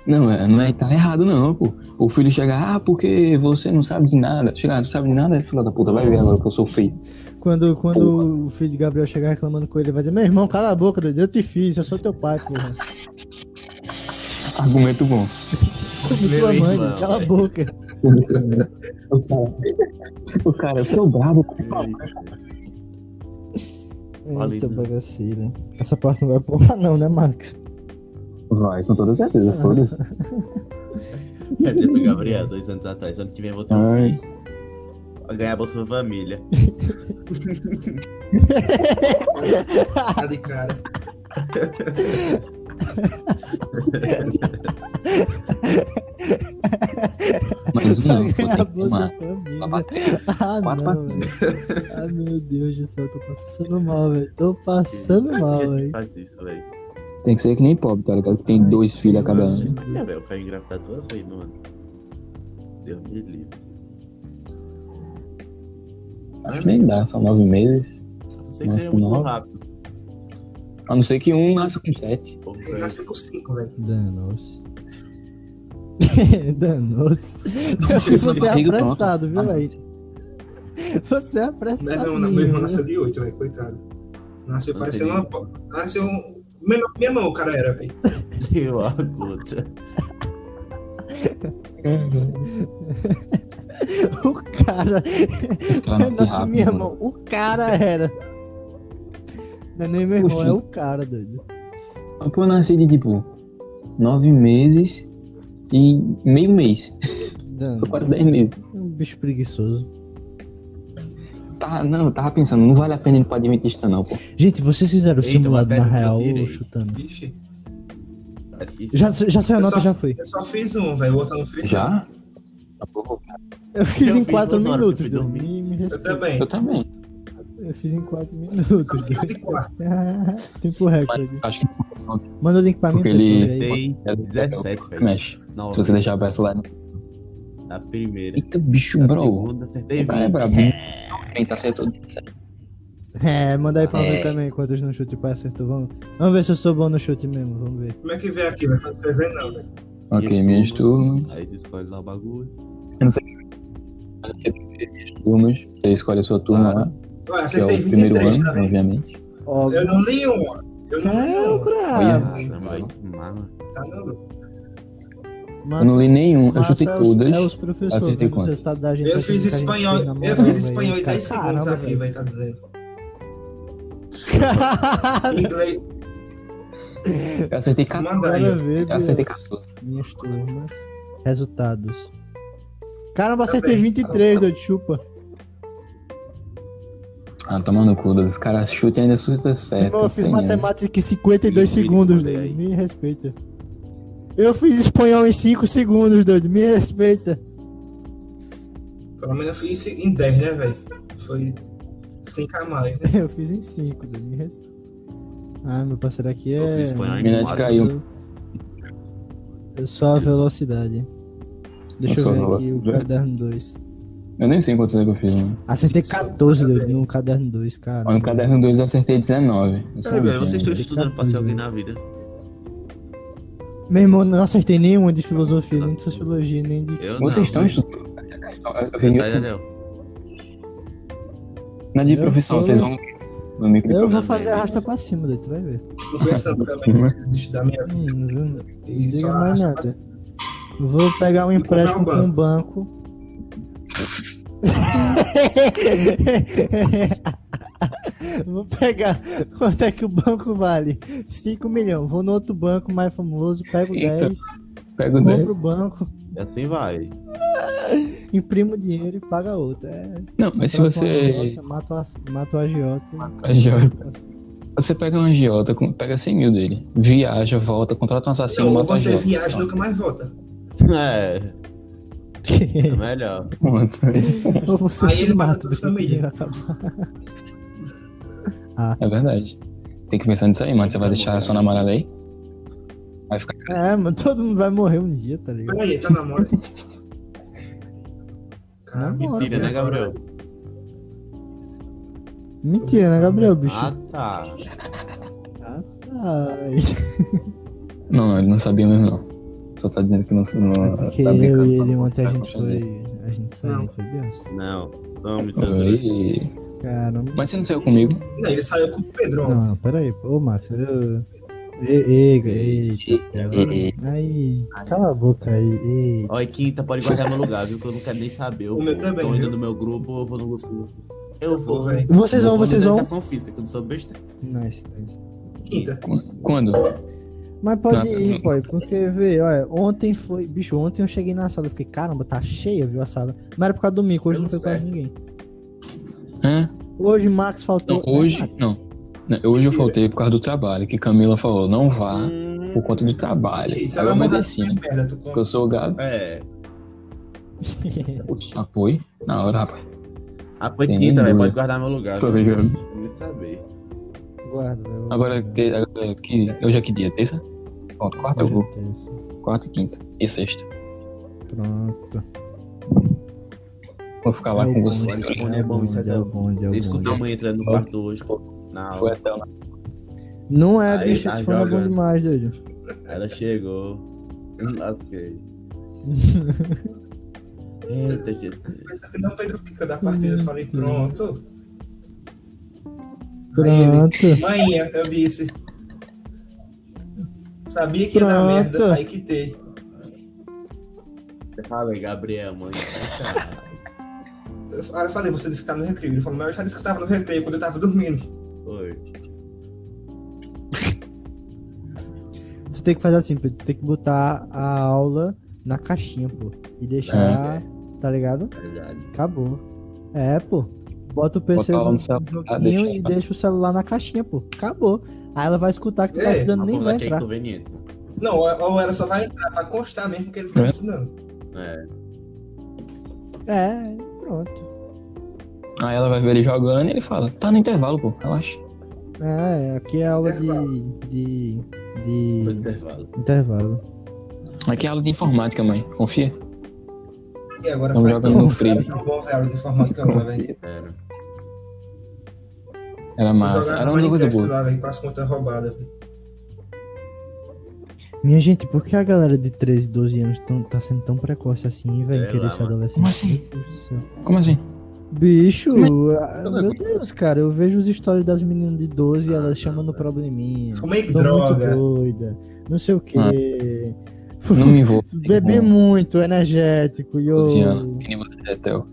Não, é- não é tá errado não, pô. O filho chega, ah, porque você não sabe de nada. Chega, ah, tu sabe de nada, filho da puta, vai ver agora que eu sou feio.
Quando, quando o filho de Gabriel chegar reclamando com ele, ele vai dizer: Meu irmão, cala a boca, doido. Eu te fiz, eu sou teu pai, porra.
Argumento bom.
Como
Meu
tua mãe,
irmão,
cala a
velho.
boca.
O cara, o cara eu sou brabo.
Eita,
Válido.
né?
bagaceira. Essa parte não vai pôr, não, né, Max?
Vai, com toda certeza, foda-se.
É tipo Gabriel, dois anos atrás. Ano que vem eu vou ter um
Ai.
filho. Vai ganhar Bolsa Família.
Tá de cara.
Mas
Pra
um é não, pô,
ganhar a
tem que tomar.
Bolsa Família.
Uma-
Ah,
Quatro
não, velho. Ah, meu Deus do céu, tô passando mal, velho. Tô passando mal, velho.
Faz isso, velho.
Tem que ser que nem pobre, tá ligado? Que tem
Ai,
dois filhos a cada ano.
É, velho, eu quero engravidar duas vezes no ano. Deus me livre.
Acho que nem dá, são nove meses.
Não sei que
Nossa,
seja muito
não.
rápido.
A não ser que um nasça com sete.
Pô,
Ele nasceu com cinco, velho.
Danos. Danos. Você é
Barriga
apressado, viu,
pronta.
velho? Você é
Não,
apressado.
não, não, meu irmão nasceu de oito, velho, coitado. Nasceu
Não
parecendo
seria.
uma. po- Nasceu. um- Melhor que minha mão, o cara era, velho.
Deu a gota.
O cara.
Os caras nascem
Não,
rápido.
minha
Tá mano.
mão. O cara era. Não é nem meu irmão, é o cara, doido.
Mas, Pô, eu nasci de tipo nove meses e meio mês.
Danos.
Quase dez meses.
Um bicho preguiçoso.
Tá, não, eu tava pensando, não vale a pena ir pra Adventista, não, pô.
Gente, vocês fizeram o
Eita,
simulado na
matéria que eu
real
tirei.
ou chutando?
Vixe.
Mas que-
Já, já saiu a
Eu
nota,
só-
já foi.
Eu só fiz um, velho, o outro eu não fiz.
Já?
Eu fiz
Eu
em
fiz
4
quando eu
minutos.
fui
Dudu.
dormir.
Me- me
Eu
respeita.
também.
Eu também.
Eu fiz em 4 minutos.
Só fiz um de quarto.
Ah, Tempo recorde.
Acho que
Manda o link pra mim.
Porque
pra eu
ele-
ver aí.
Tem 17, velho.
Mexe.
Não,
se você deixar aberto lá.
na primeira.
Eita, bicho,
Na
bro.
segunda, acertei
O cara é
20.
brabinho. Ele tá acertou.
É, manda aí pra
É.
ver também quantos no chute o pai acertou. Vamos, vamos ver se eu sou bom no chute mesmo. Vamos ver.
Como é que vê aqui, velho? Quando você vê, não, velho.
Ok, minhas turmas.
Aí tu escolhe lá o bagulho.
Minhas turmas. Você escolhe a sua turma
Claro.
lá,
Olha,
que é
acertei
o primeiro
23,
ano, né?
tá vendo?
obviamente.
Óbvio.
Eu não li um. Eu não li
É,
um.
Ah,
Ah,
brabo.
Caramba, velho, que mala.
Tá dando.
Eu não li nenhum, eu chutei
é os, É
todas.
os professores
Acertei
vendo os
quantos?
resultados da gente.
Eu
assim,
fiz
que a gente
espanhol.
fez na moral,
Eu fiz
velho.
espanhol em
Os
10
caras,
segundos
caramba,
aqui, velho, tá dizendo.
Cara,
Inglês.
Eu acertei 14.
Manda aí.
bora ver,
Eu acertei
Deus.
14.
Minhas turmas. Resultados. Caramba, acertei 23, doido. Chupa.
Ah, toma no cu, dos caras chutem ainda chuta certo. né?
Irmão, eu fiz
É, tá sem
matemática em 52
Sim,
segundos,
me
doido.
aí.
Me respeita. Eu fiz espanhol em 5 segundos, doido. Me respeita.
Pelo menos eu fiz em 10, né, velho? Foi 5 a mais, né?
Eu fiz em 5, doido. Me respeita. Ah, meu parceiro aqui é.
Eu fiz espanhol em
Minha
quatro.
caiu.
Eu sou- Eu sou É a velocidade. Deixa
Eu
eu,
sou a
ver aqui o
velocidade.
caderno 2.
Eu nem sei quantos é que eu fiz, mano.
Acertei
Sou
14
a
doido,
velocidade.
no caderno 2, cara.
Ó, no caderno 2 eu acertei 19. Eu
É,
sabia,
velho, vocês estão
né?
estudando pra ser alguém na vida.
Meu irmão, não acertei nenhuma de filosofia, nem de sociologia, nem de.
Eu não.
Vocês estão
velho.
estudando. Assim,
Tá,
eu-
Daniel?
Na de
Eu
profissão,
tô-
vocês vão. No micro
Eu vou
Também.
fazer arrasta pra cima, doido, tu vai ver.
Tô pensando também
né?
nisso da minha vida.
Hum, não viu? Não
E só
diga mais
acho-
nada. Vou pegar um empréstimo com um banco. Vou pegar. Quanto é que o banco vale? 5 milhões. Vou no outro banco mais famoso, pego
Eita.
10,
Pega o dedo.
compro o banco,
Assim vai.
imprimo o dinheiro e paga outro. É,
Não, mas se
contrato um
você.
agiota, Mato a- mato o agiota.
agiota. Você pega um agiota, com- pega 100 mil dele, viaja, volta, contrata um assassino,
Não,
mata o
você
agiota.
viaja e nunca mais volta.
É, é melhor.
Pronto.
Ou você
Aí
se
ele mata
mata
toda a
depois que o
família.
dinheiro acabar.
É verdade. Tem que pensar nisso aí, mano. Você vai deixar sua namorada aí? Vai ficar.
É, mano, todo mundo vai morrer um dia, tá ligado?
Peraí, tá namora. Caramba,
Mentira, né, Gabriel?
Mentira, né, Gabriel, bicho?
Ah, tá.
Ah,
Ai,
Não, ele não sabia mesmo, não. Só tá dizendo que não. não
é porque
tá
eu
brincando.
e ele ontem a
Vai
gente
fazer.
foi. A gente saiu,
Não.
foi Deus.
Não. Vamos, Sandro.
Oi.
Caramba.
Mas você não saiu comigo?
Não, ele saiu com o Pedro
Não,
ontem.
não, peraí. Ô, Márcio, eu. Ei, ei,
E- e-
Aí, cala a boca aí. Ei.
Olha, quinta, pode guardar meu lugar, viu? Que eu não quero nem saber. Eu
O
vou.
meu também,
Tô indo
viu?
no meu grupo, eu vou no grupo. Eu vou,
velho.
velho.
Vocês
Eu
vão,
vou
vocês
na
vão.
educação física, que eu não sou besta.
Nice, nice.
Quinta.
Quando?
Mas pode
Não,
ir,
não.
pô, porque, vê, olha, ontem foi. Bicho, ontem eu cheguei na sala, eu fiquei, caramba, tá cheia, viu, a sala. Mas era por causa do mico, hoje
Deu
não foi quase
certo.
ninguém.
Hã?
Hoje Max
Não,
faltou.
hoje.
Max.
Não. Não, Hoje eu faltei por causa do trabalho, que Camila falou, não vá
Hum,
por conta do trabalho.
Gente, se
Aí
ela
eu
mandar
obedeci,
é de
né?
merda, tu
Porque
conta.
eu sou gado.
É.
Putz, Apoio. Na hora, rapaz.
Ah, foi
Sem
quinta, velho.
dúvida.
Pode guardar meu lugar.
Tô
viu?
ligado.
Não me saber.
Guarda, eu-
Agora, que, agora que, hoje é que dia? Terça? Pronto, quarta eu vou. Quarta e quinta. E sexta.
Pronto.
Vou ficar lá
É o
com
bonde,
você.
olha só. Telefone é bom, isso é
bonde, é o
bom.
bonde, é o
Eu escutei
bonde.
uma entrando no quarto hoje. Na
Foi
aula.
até lá.
Não é,
Aí,
bicho,
tá
esse fone é bom
jogando.
demais, doido.
Ela chegou. Eu me Lasquei. Eita, Jesus.
Pensa que não, Pedro fica da partida. Eu
Uhum.
falei, pronto. Aí ele,
Pronto.
manhã, eu disse. Sabia que ia dar
Pronto.
merda, aí que tem.
Fala aí, Gabriel, mãe.
Eu- Aí eu falei, você disse que tava no recreio. Ele falou, mas eu já disse que eu tava no recreio quando eu tava dormindo.
Oi.
Tu tem que fazer assim, Pedro. Tu tem que botar a aula na caixinha, pô. E deixar. Tá ligado?
é Verdade.
Acabou. É, pô. Bota o PC
Bota a aula
no,
no
no
celular,
joguinho
deixa-
e deixa o celular na caixinha, pô. Acabou. Aí ela vai escutar que tu tá
É,
estudando
Uma
nem
coisa
vai
que é
entrar.
inconveniente.
Não, ou ou ela só vai entrar pra constar mesmo que ele tá
É.
estudando.
É.
É, pronto.
Aí ela vai ver ele jogando e ele fala, tá no intervalo, pô, relaxa.
É, aqui é aula de. de.
Depois
Hum.
do
de.
intervalo.
intervalo.
Aqui é aula de informática, mãe. Confia.
E agora
Tamo
faz-
jogando no free.
Era um bom real de informática lá, velho.
Era.
Era massa. Era uma coisa
Minecraft
boa.
lá, velho, com as contas roubadas. velho.
Minha gente, por que a galera de 13, 12 anos tão, tá sendo tão precoce assim, velho?
Sei
Querer
lá,
ser
mano.
adolescente?
Como assim?
Meu Deus do céu.
Como assim?
Bicho, ah,
Tudo
meu
bem.
Deus, cara, eu vejo os stories das meninas de 12 e
Ah,
elas
não,
chamando
velho.
probleminha.
Fumei
Tô muito
droga.
doida, não sei o que.
Não me envolvo. Tipo,
Bebi muito, energético, yo.
Luciano, que nem você é, Theo.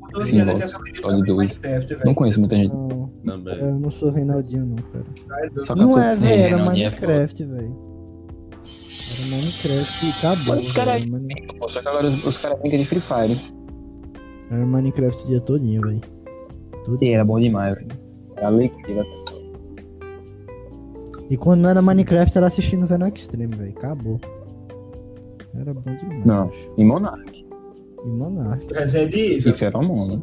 Com 12 anos até só queria
Olha,
saber de
dois.
Minecraft, velho.
Não conheço muita gente.
Não,
Também.
eu não sou Reinaldinho, não, cara.
Ai, Deus.
Só que eu
Não
tô
é,
sem
velho, era
Reinaldinho, é
Minecraft, velho. Era Minecraft e acabou.
Mas os cara-
velho, mano.
foda. Pô, Só que agora os, os caras brincam de Free Fire. hein?
Era Minecraft o dia todinho, velho. Tudo.
Sim, era bom demais, velho. Era leitura, pessoal.
E quando não era Minecraft, era assistindo Venom Extreme, velho. Acabou. Era bom demais.
Não.
bicho.
E Monark.
E Monark.
Resident
E
Evil.
Feromona.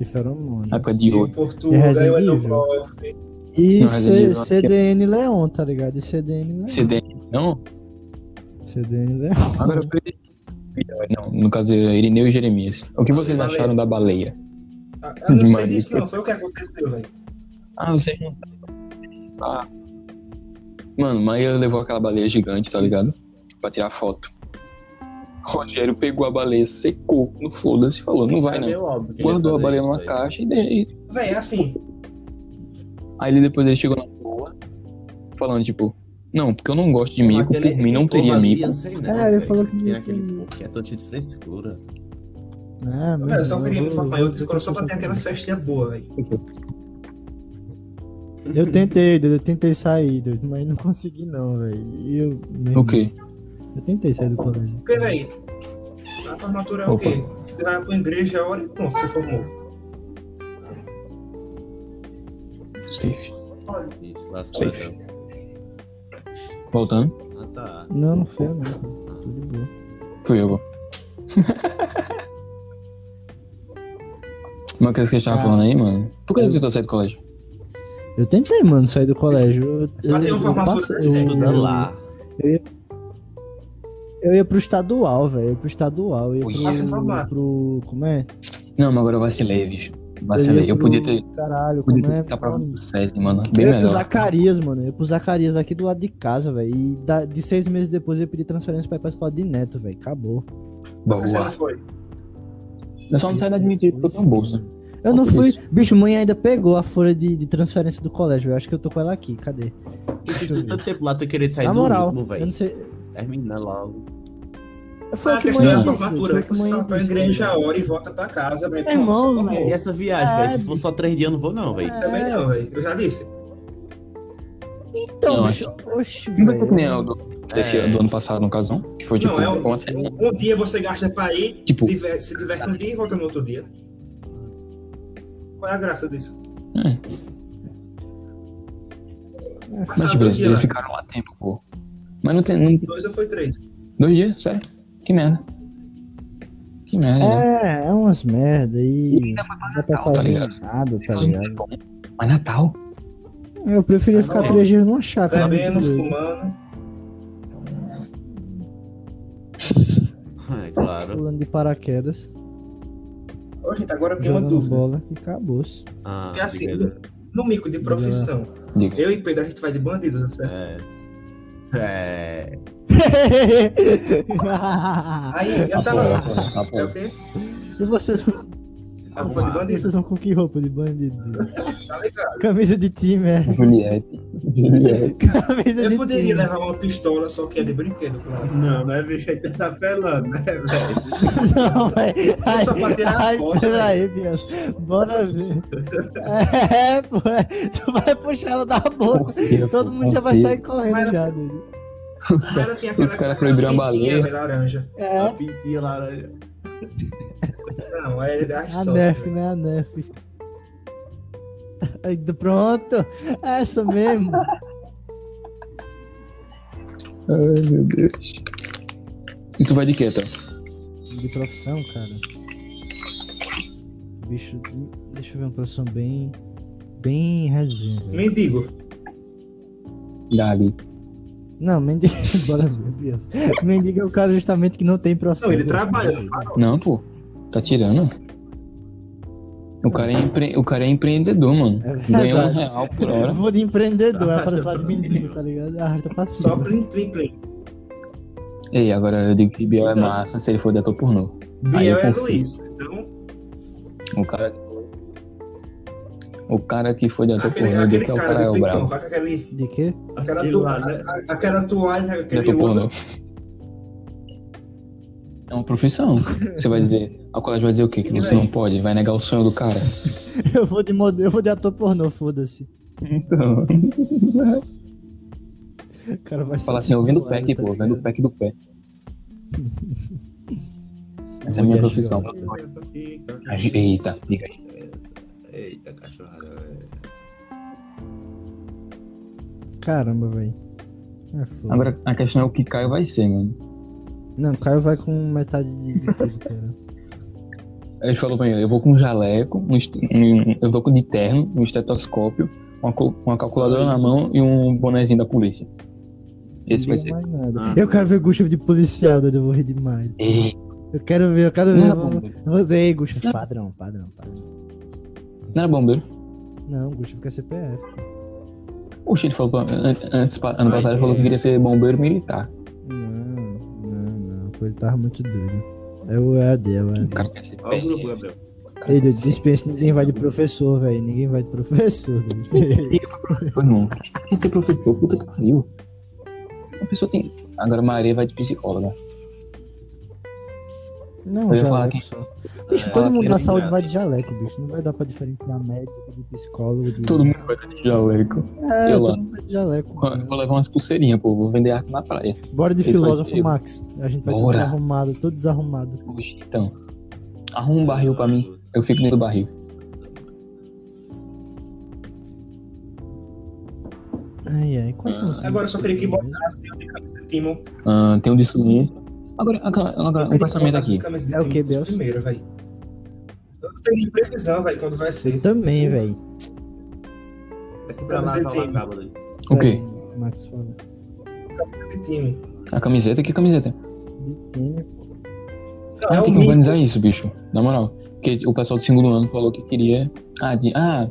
E Feromônio.
um né? A coisa de
E o
ouro.
Portugal,
É Resident
eu
Evil.
Educoff.
E
Não, é Resident
C-
Evil-
CDN Leon, tá ligado? E CDN Leon.
CD. Não?
CDN Leon.
Agora eu perdi. Não, no caso, é Irineu e Jeremias. O que vocês
Baleia.
acharam da baleia?
Ah, Eu não sei
Maria.
disso, não. Foi o que aconteceu, velho.
Ah, vocês não. Ah. Mano, Maia levou aquela baleia gigante, tá ligado? Pra tirar foto. Rogério pegou a baleia, secou no foda-se e falou: não vai
é
não.
meio óbvio que ele ia
Guardou a
fazer
baleia
isso
numa
aí.
caixa e de-
Véi, é assim.
aí ele depois ele chegou na boa, falando tipo: não, porque eu não gosto de mico,
Aquele-
por mim
aquele
não
povo
teria
ali,
mico.
eu sei não,
É, ele
né, velho,
falou que
Tem
não
aquele
tem-
povo que é todo cheio de frescura.
Ah,
Velho, eu é só queria me formar em outra escola só pra ter aquela festinha boa, véi.
Eu tentei, Dudu, eu tentei sair, Dudu, mas não consegui não, velho. E Eu, meu
Ok.
irmão, eu tentei sair do colégio.
Porque, véi, a formatura é o
Opa.
quê? Você vai pra igreja, a hora e pronto, você formou.
Safe.
Isso, lá as
Sei.
coisas.
Voltando.
Ah, tá.
Não, não foi, não. cara. Tudo de boa.
Fui eu. agora. Uma coisa que a gente tava
Ah.
falando aí, mano. Por que você tentou sair do colégio?
Eu tentei, mano, sair do colégio. Eu, eu,
Mas tem um uma formatura
passei-
dessa,
eu-
Estuda lá.
eu ia pro estadual, velho. Eu ia pro estadual. Eu ia
Ui.
pro,
Ah, se formar.
pro- Como é?
Não, mas agora eu vacilei, bicho. Vacilei.
ia
Eu
pro-
podia ter.
Caralho,
Podia
como
ter
é?
que tá pra
Fala-
SESI, mano. Bem
eu ia pro
melhor.
Zacarias, mano. Eu ia pro Zacarias aqui do lado de casa, velho. E da- de seis meses depois eu pedi transferência pra ir pra escola de neto, velho. Acabou.
Por que você
Boa.
não foi?
Eu
Então
só não saio da admitir porque eu tenho bolsa.
né?
Eu não
Por
fui.
isso.
Bicho, mãe ainda pegou a folha de, de transferência do colégio, velho. Acho que eu tô com ela aqui. Cadê?
Eu fiz tanto tempo lá, tô
Tá
querendo sair
Na
do
moral,
último,
eu não
velho.
sei.
Termina logo.
Foi
Ah,
o
a
que
questão
mãe
da
manhã
disse,
formatura,
foi
é
o
que você
mãe
só vai pra
disse,
igreja a
velho.
hora e volta pra casa, véi.
Meu
pronto,
irmão, é
você formou.
E essa viagem, velho? Se for só três dias, eu não vou, não, velho.
Também não, véi. Eu já disse.
Então,
Não,
bicho, oxe,
Não vai ser que nem
velho.
o do, desse,
É.
do ano passado, no caso, não? Que foi tipo
Não, é
uma semana.
um, um dia você gasta pra ir,
Tipo,
tiver- se diverte um dia e volta no outro dia. Qual é a graça disso?
é, mas
Passar
tipo,
dois
eles, eles
dias lá.
ficaram lá tempo, pô. Mas não tem. Não,
Dois ou foi três?
dois dias, sério? Que merda. Que merda. né?
É, é umas merda e. Não dá pra
Natal, tá
fazer
ligado?
nada, tá
Mas
ligado?
Bom, mas Natal?
Eu preferia
Tá
Mas
ficar
não.
três dias numa chácara. né,
Bebendo,
entendeu?
fumando.
É claro.
Pulando de paraquedas,
Tá Ô, gente, agora eu tenho uma
jogando
dúvida.
bola e acabou-se.
Ah,
Porque assim,
obrigado.
No mico de profissão,
Diga.
eu e Pedro a gente vai de bandido, tá certo?
É. É.
Aí tá eu tava
Apoio,
lá.
apoio,
É
apoio.
o quê?
e vocês,
A roupa de bandido?
vocês vão com que roupa de bandido?
Tá ligado.
Camisa de time, é.
Juliette. Juliette.
Camisa de Uhum.
Eu poderia
time.
levar uma pistola, só que é de brinquedo, claro.
Não, mas bicho aí tá apelando, né, velho?
Não, velho.
só pra tirar
ai,
foto, né?
Peraí, Bias. Bora ver. É, pô. é. Tu vai puxar ela da bolsa.
Confia,
todo
pô,
mundo já vai
confia.
sair correndo
Mas-
já, Dudu.
Os caras tem aquela
Os caras proibiram a
aquela
baleia.
pintinha, velho, laranja.
É.
Pintinha laranja.
Não, é é a
A
sorte,
Nerf,
velho.
né? A Nerf. Aí, Pronto. É Essa mesmo.
Ai, meu Deus. E tu vai de quê, tá?
De profissão, cara. Bicho, deixa eu ver uma profissão bem. Bem resenha. velho.
Mendigo.
Dali.
Não, mendigo. Bora ver, Bias. Mendigo é o cara justamente que não tem profissão.
Não, ele
né?
trabalha.
Não, pô. Tá tirando. O cara é, empre... o cara é empreendedor, mano.
É
Ganha um
verdade.
real por hora.
Eu vou de empreendedor, é
Arrasta
pra falar de
pra
mendigo,
cima.
tá ligado? Arrasta pra cima.
Só plim, plim, plim.
Ei, agora eu digo que Biel é massa se ele for detonar pornô. Aí eu
Biel é
confio.
Luiz. Então,
O cara. O cara que foi detonar
aquele,
pornô, eu digo
aquele
que é o
cara
cara é
de
o
picão,
brabo.
com aquele,
De quê?
aquela,
Aquele
tua-
lá, né?
a- a- aquela toalha é que ele
Detonar
usa.
pornô. É uma profissão. Você vai dizer. A colégio vai dizer o quê? Que
Sim,
você
velho.
não pode? Vai negar o sonho do cara?
Eu vou de modelo, eu vou de ator pornô, foda-se.
Então.
O cara vai
Fala assim,
ser
eu vendo o
titulado,
pack,
tá
pô.
ligado?
Vendo o pack do pé. Essa é a
Vou
minha
de
profissão.
agiota.
Agi- Eita, diga aí.
Eita, cachorrada, velho.
Caramba, velho. É foda.
Agora a questão é o que Caio vai ser, mano.
Não, o Caio vai com metade de, de tudo, cara.
Ele falou pra mim, eu vou com um jaleco, um est- um- eu vou com de terno, um estetoscópio, uma, co- uma calculadora na mão e um bonezinho da polícia. Esse vai
Não
ser.
diga mais nada.
Ah,
eu
não.
quero ver Gustav de policial, doido, eu vou rir demais.
Ei,
Eu quero ver, eu quero
Não
ver.
era
Eu vou-
bombeiro.
eu vou dizer, ei, Gustav, padrão, padrão, padrão.
Não era bombeiro?
Não, Gustav quer CPF.
Oxe, ele falou pra an- antes, pa- ano
Ai,
passado ele falou que
é.
queria ser bombeiro militar.
Não, não, não.
pô, ele tava muito doido. É o EAD, é o
O
EAD.
cara quer ser
Olha o grupo,
PF.
Gabriel.
o cara
Ei,
quer
Dudu,
ser-
dispensa, ninguém vai de professor, velho. Ninguém vai de professor, Dudu.
Pô, irmão, quer ser professor, puta que pariu. A pessoa tem. Agora Maria vai de psicóloga.
Não,
Eu ia falar
jaleco
que-
só. Bicho,
É,
todo mundo
aquele
da saúde
que-
vai de jaleco, bicho. Não vai dar pra diferenciar médico, de psicólogo, de...
Todo mundo vai de jaleco.
É,
eu
todo
lá.
mundo vai de jaleco.
Eu vou levar umas pulseirinhas, pô. Vou vender arco na praia.
Bora de
Esse vai
filósofo,
ser-
Max. A gente vai
Bora.
todo arrumado, todo desarrumado.
Oxe, Então, arruma um barril pra mim. Eu fico dentro do barril.
Ai, ai, quais são os
Ah, Agora eu só
Uhum.
queria que botasse o de camisa de Timon.
Ah, tem um de silêncio. Agora, agora, agora
Eu
um
queria
pensamento
botasse
aqui.
o de camisa de
É o
Timon
quê,
dos
Belso?
Primeiro, velho. Eu não tenho nem previsão, velho, quando vai ser.
Também, velho.
Daqui pra
Pra
lá,
lá,
camisa
pra
de
lá,
time.
sábado.
O
Peraí,
quê?
Max fala.
Camisa de time.
A camiseta? Que camiseta?
Biquíni.
Não,
Ah,
é
tem
o
que
mínimo.
organizar isso, bicho. Na moral. Porque o pessoal do segundo ano falou que queria. Ah, de... ah.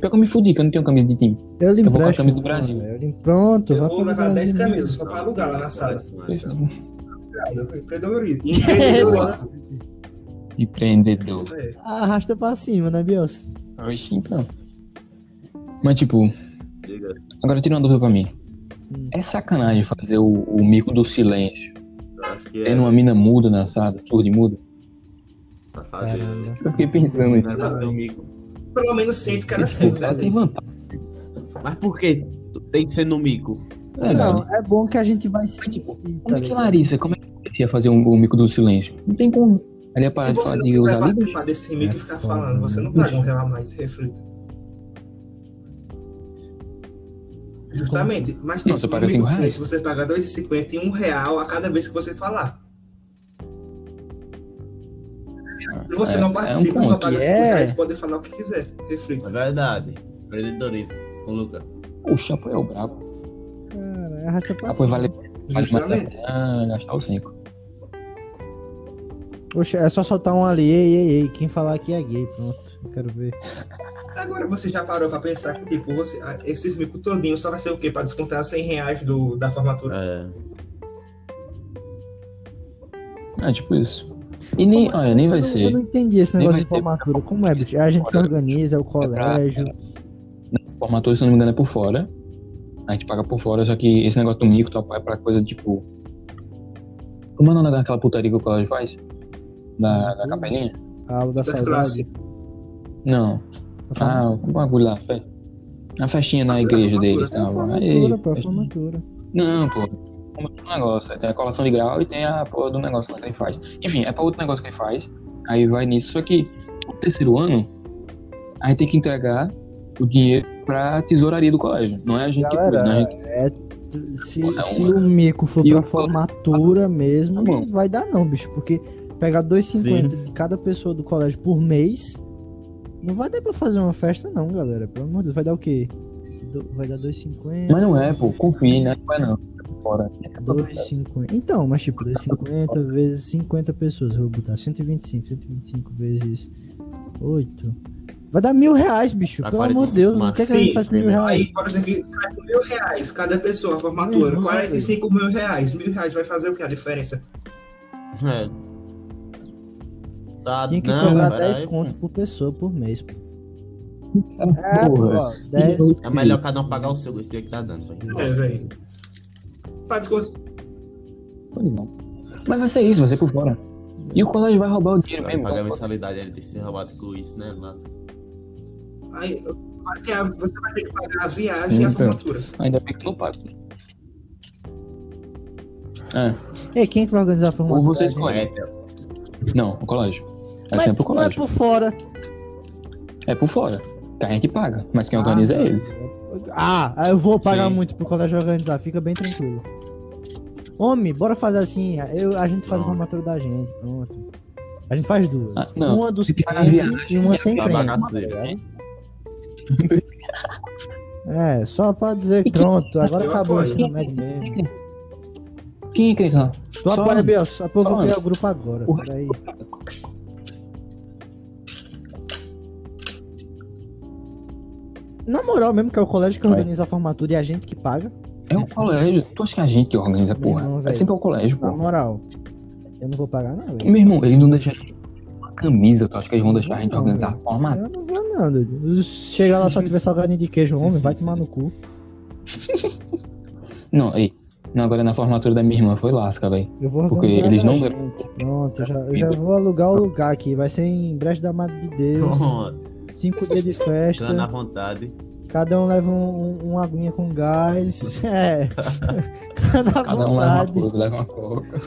Pior que eu me fudi, que eu não tenho camisa de time.
Eu lhe
Eu vou com a
empresto,
camisa do
mano,
Brasil.
velho. Eu lhe- Pronto,
Eu
vai
vou
pro
levar 10
né?
Brasil.
camisas só pra alugar lá na sala.
é,
né?
Obrigado, Empreendedorismo. Empreendedorismo.
Empreendedor.
É.
Arrasta pra cima, né, Bios?
Oxe, então. Mas, tipo,
Diga.
agora tira uma dúvida pra mim.
Hum.
É sacanagem fazer o, o mico do silêncio.
Eu acho que é.
Tendo uma mina muda na sala, surda e muda.
Safadeza.
Eu fiquei pensando nisso.
Vai fazer um mico.
Pelo menos 100 que era 100,
Tipo,
né?
Ela tem
velho?
vantagem.
Mas por que tu tem que ser no mico?
É,
Não,
não.
é bom que a gente vai se.
Mas, tipo,
tá
Como é que
ligado?
Larissa, como é que Larissa ia fazer um, o mico do silêncio? Não tem como. Ela ia parar
Se
de
você
falar
não
de
quiser
usar livros?
participar desse meio que ficar
É foda,
né?
falando, você não paga um real a mais, reflita. Justamente, mas
Não,
tipo,
você paga
no
cinco
micro
reais.
silêncio, você paga 2,50 e um real a cada vez que você falar. E você
É,
não
é um
participa,
ponto.
só paga 5
É.
reais e pode falar o que quiser. Reflita.
É verdade. Empreendedorismo. Com Luca.
O chapéu é o brabo.
Cara, arrasta pra
Ah, pois
cima.
vale, vale mais
Justamente.
ah, gastar os cinco.
Oxe, é só soltar um ali. Ei, ei, ei. Quem falar aqui é gay, pronto. Eu quero ver.
Agora você já parou pra pensar que, tipo, você, ah, esses micro todinho só vai ser o quê? Pra descontar 100 reais do, da formatura.
É.
É tipo isso. E nem,
é
olha, nem vai
Eu
ser.
não entendi esse
Nem vai
negócio de
ter.
formatura. Como é, bicho? É a gente que organiza, é o colégio.
Formatura, se não me engano, é por fora. A gente paga por fora, só que esse negócio do mico tá, é pra coisa tipo. Como é o nome daquela putaria que o colégio faz? Da, da capelinha?
A aula da
Da
é
classe.
saudade.
Não. Ah, o bagulho lá, fe... a festinha na igreja dele e
É a
tal.
formatura,
Aí,
pô. É a
festinha.
formatura.
Não, pô. Como é um negócio? aí Tem a colação de grau e tem a porra do negócio lá que ele faz. Enfim, é pra outro negócio que ele faz. Aí vai nisso. Só que no terceiro ano, aí tem que entregar o dinheiro pra tesouraria do colégio. Não é a gente que cuida,
Galera,
não é a gente.
é, t- se,
Porra,
se
mano.
o mico for
E
pra
o-
formatura mesmo,
Tá bom.
não vai dar não, bicho. Porque pegar 2,50 de cada pessoa do colégio por mês, não vai dar pra fazer uma festa não, galera. Pelo amor de Deus, vai dar o quê? Do- vai dar 2,50,
Mas não é, pô. Confie, né? Não é não. É por fora.
2,50... Então, mas tipo, 2,50 vezes 50 pessoas, eu vou botar 125, 125 vezes 8... Vai dar mil reais, bicho.
Dá
Pelo amor de
45
Deus, o que, é que a gente
Sim,
faz com mil reais?
Aí, por exemplo, sai com mil reais cada pessoa, a
Meu
formatura.
irmão,
45 mil reais. Mil reais vai fazer o que? A diferença?
É. Tá,
Tinha que
não,
cobrar
peraí,
10
pô.
conto por pessoa por mês. pô.
É, porra.
10.
É melhor cada um pagar o seu, esse que tá dando, velho.
É, velho. Pra desconto.
Pois não. Mas vai ser isso, vai ser por fora. E o colégio vai roubar o dinheiro
Pra
mesmo.
pagar a mensalidade, ele tem que ser roubado com isso, né? Lá.
Aí, vai ter a- você vai ter que pagar a viagem e a
Então.
formatura.
Ainda bem que não paga. É,
Ei, quem é que vai organizar a
ou
formatura?
você
gente?
é,
escolhe. Não, o colégio. É
Mas
sempre o
não é
colégio.
por fora.
É por fora. A gente paga, mas quem organiza
Ah,
é eles.
Ah, ah, eu vou pagar
Sim.
muito pro colégio organizar, fica bem tranquilo. Homem, bora fazer assim, eu, a gente faz a
Pronto.
formatura da gente, pronto. A gente faz duas.
Ah, não.
uma dos
Se pagar
crentes
viagem,
e uma sem
é
crente.
bagaceira,
tá ligado? É, só pra dizer que
E que-
pronto, agora
Eu
acabou o
apoio.
ensino médio mesmo.
Quem é que reclama?
Tu
Só-
apoia, Bios, apoia, eu
só
vou criar
antes.
o grupo agora,
O-
peraí. Na moral mesmo, que é o colégio que
Vai.
organiza a formatura e a gente que paga,
É o um colégio. Tu acha que é a gente que organiza,
Meu
porra?
irmão,
é
velho.
sempre o colégio,
na
porra.
moral. Eu não vou pagar, não. velho.
Meu irmão, eles não deixaram uma camisa, tu acha que eles vão deixar a gente
Não,
organizar
velho.
a forma?
Eu não vou, não, doido. Chegar lá só tiver salgadinho de queijo, homem, vai tomar no cu.
Não, aí. Não, agora na formatura da minha irmã foi lasca, velho.
Eu vou
Porque
organizar
eles
pra
não-
gente. Pronto, eu já, eu já vou alugar o lugar aqui. Vai ser em Brejo da Mata de Deus.
Pronto,
Cinco dias de
tá na
festa.
vontade.
Cada um leva um, um- uma aguinha com gás. É. Cada,
Cada um leva uma
Tá vontade.
coisa, leva uma coca.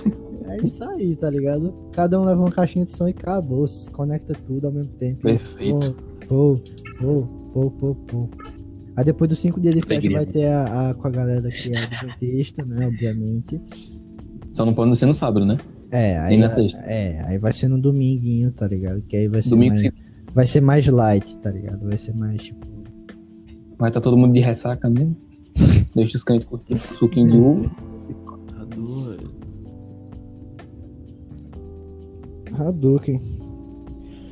É isso aí, tá ligado? Cada um leva uma caixinha de som e acabou. Se conecta tudo ao mesmo tempo.
Perfeito.
Pô, pô, pô, pô, pô. Aí depois dos cinco dias de festa
Alegria.
vai ter a, a- com a galera que é adventista, né? Obviamente.
Só não pode ser no sábado, né?
É, aí.
E na sexta?
É, aí vai ser no dominguinho, tá ligado? Que aí vai ser,
Domingo
mais,
sim.
vai ser mais light, tá ligado? Vai ser mais tipo.
Vai estar todo mundo de ressaca mesmo. Deixa os cães com suquinho de uva.
Tá doido.
Hadouken.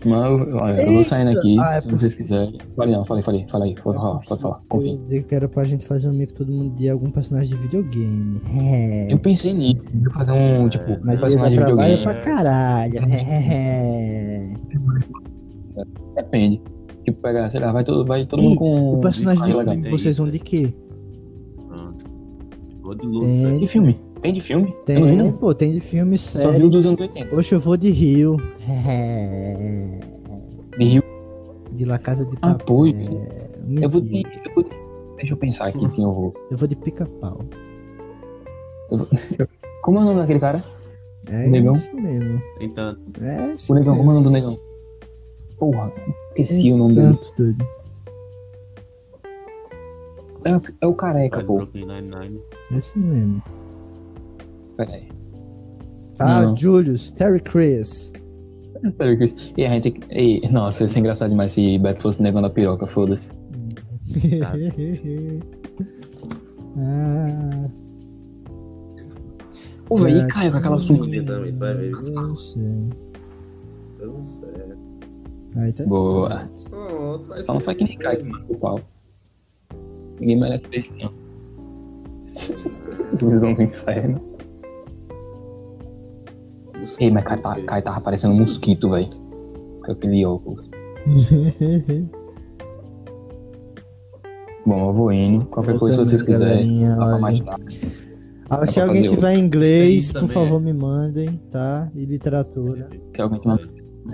Mas eu, olha, eu vou saindo aqui,
Ah, é
se vocês quiserem. Falei, não, falei, falei, falei. Pode falar, pode falar. Confia.
Eu dizer que era pra gente fazer um meio que todo mundo de algum personagem de videogame. É.
Eu pensei nisso, de fazer um, tipo, um
Mas ele dá
personagem de
trabalho
videogame.
pra caralho. É.
Depende. Tipo, pegar, sei lá, vai todo, vai todo
Ih,
mundo com.
O personagem de
Ah, legal.
videogame, vocês
Isso
vão
aí.
de quê?
Pronto. Vou de luta.
Tem-
E filme? Tem de filme? Eu não vi,
Tem,
não.
pô, tem de filme
Só vi o
sério.
dos anos 80.
Poxa, eu vou de Rio. É.
De Rio.
De La Casa de
Ah, pô.
Papel. É,
Eu vou de.
Mentira.
eu vou de- Deixa eu pensar aqui quem eu vou.
Eu vou de pica-pau.
Como é o nome daquele cara?
É
Negão?
isso mesmo.
Tem tanto.
É isso
O negão,
mesmo.
como é o nome do negão? Porra, esqueci o nome dele.
Tanto, doido.
É, é o careca,
Faz
pô.
Brooklyn Nine-Nine.
É isso mesmo.
Pera aí.
Ah,
Não.
Julius, Terry Crews.
Terry Crews. E a gente. E, nossa, ia ser engraçado demais se Beto fosse o negão da piroca, foda-se.
ah,
Pô, velho, e Caio com aquela
Sim,
sunga.
também, tu vai ver.
eu sei.
Eu não sei.
Aí tá
Boa.
certo.
Pronto, vai
Então, Só não faz que nem Caio que marca o pau. Ninguém merece ver isso, não. Visão do inferno. Ei, mas Caio, tá, Caio tava parecendo um mosquito, velho. Com aquele óculos. Bom, eu vou indo. Qualquer
Eu
coisa, se
também,
vocês quiserem,
galerinha,
toca
olha.
mais tarde.
Ah, se
pra
alguém
fazer
tiver inglês,
Tem
por
também.
favor, me mandem, tá? E literatura.
Se alguém tiver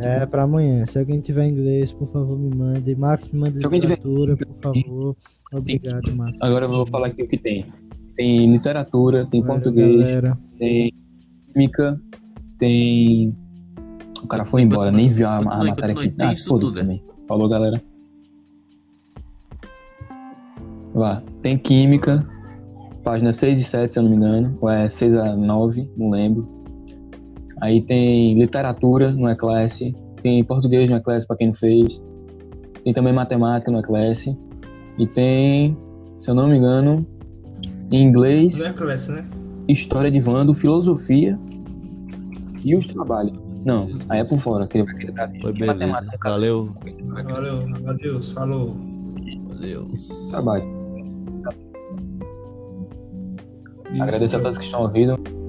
É, pra amanhã. Se alguém tiver inglês, por favor, me mandem. Marcos, me manda
Se alguém tiver-
literatura, por favor. Obrigado, Marcos.
Agora eu vou falar aqui o que tem. Tem literatura, tem
Valeu,
português,
galera.
tem química, tem. O cara foi embora, nem viu a, a
Continue,
matéria
continue.
aqui.
Tem
Ah,
isso
foda-se
tudo, né?
também. Falou, galera. Vá, tem química, página 6 e 7, se eu não me engano, ou é 6 a 9, não lembro. Aí tem literatura no E-Class, tem português no E-Class pra quem não fez, tem também matemática no E-Class, e tem, se eu não me engano, inglês.
Não é Cresce, né?
História de Vando, Filosofia e os trabalhos. Não, aí é por fora, que ele vai querer dar
Foi
de
beleza.
matemática,
Valeu.
Valeu, adeus, falou.
Valeu.
é Tá trabalho. Agradeço a todos que estão ouvindo.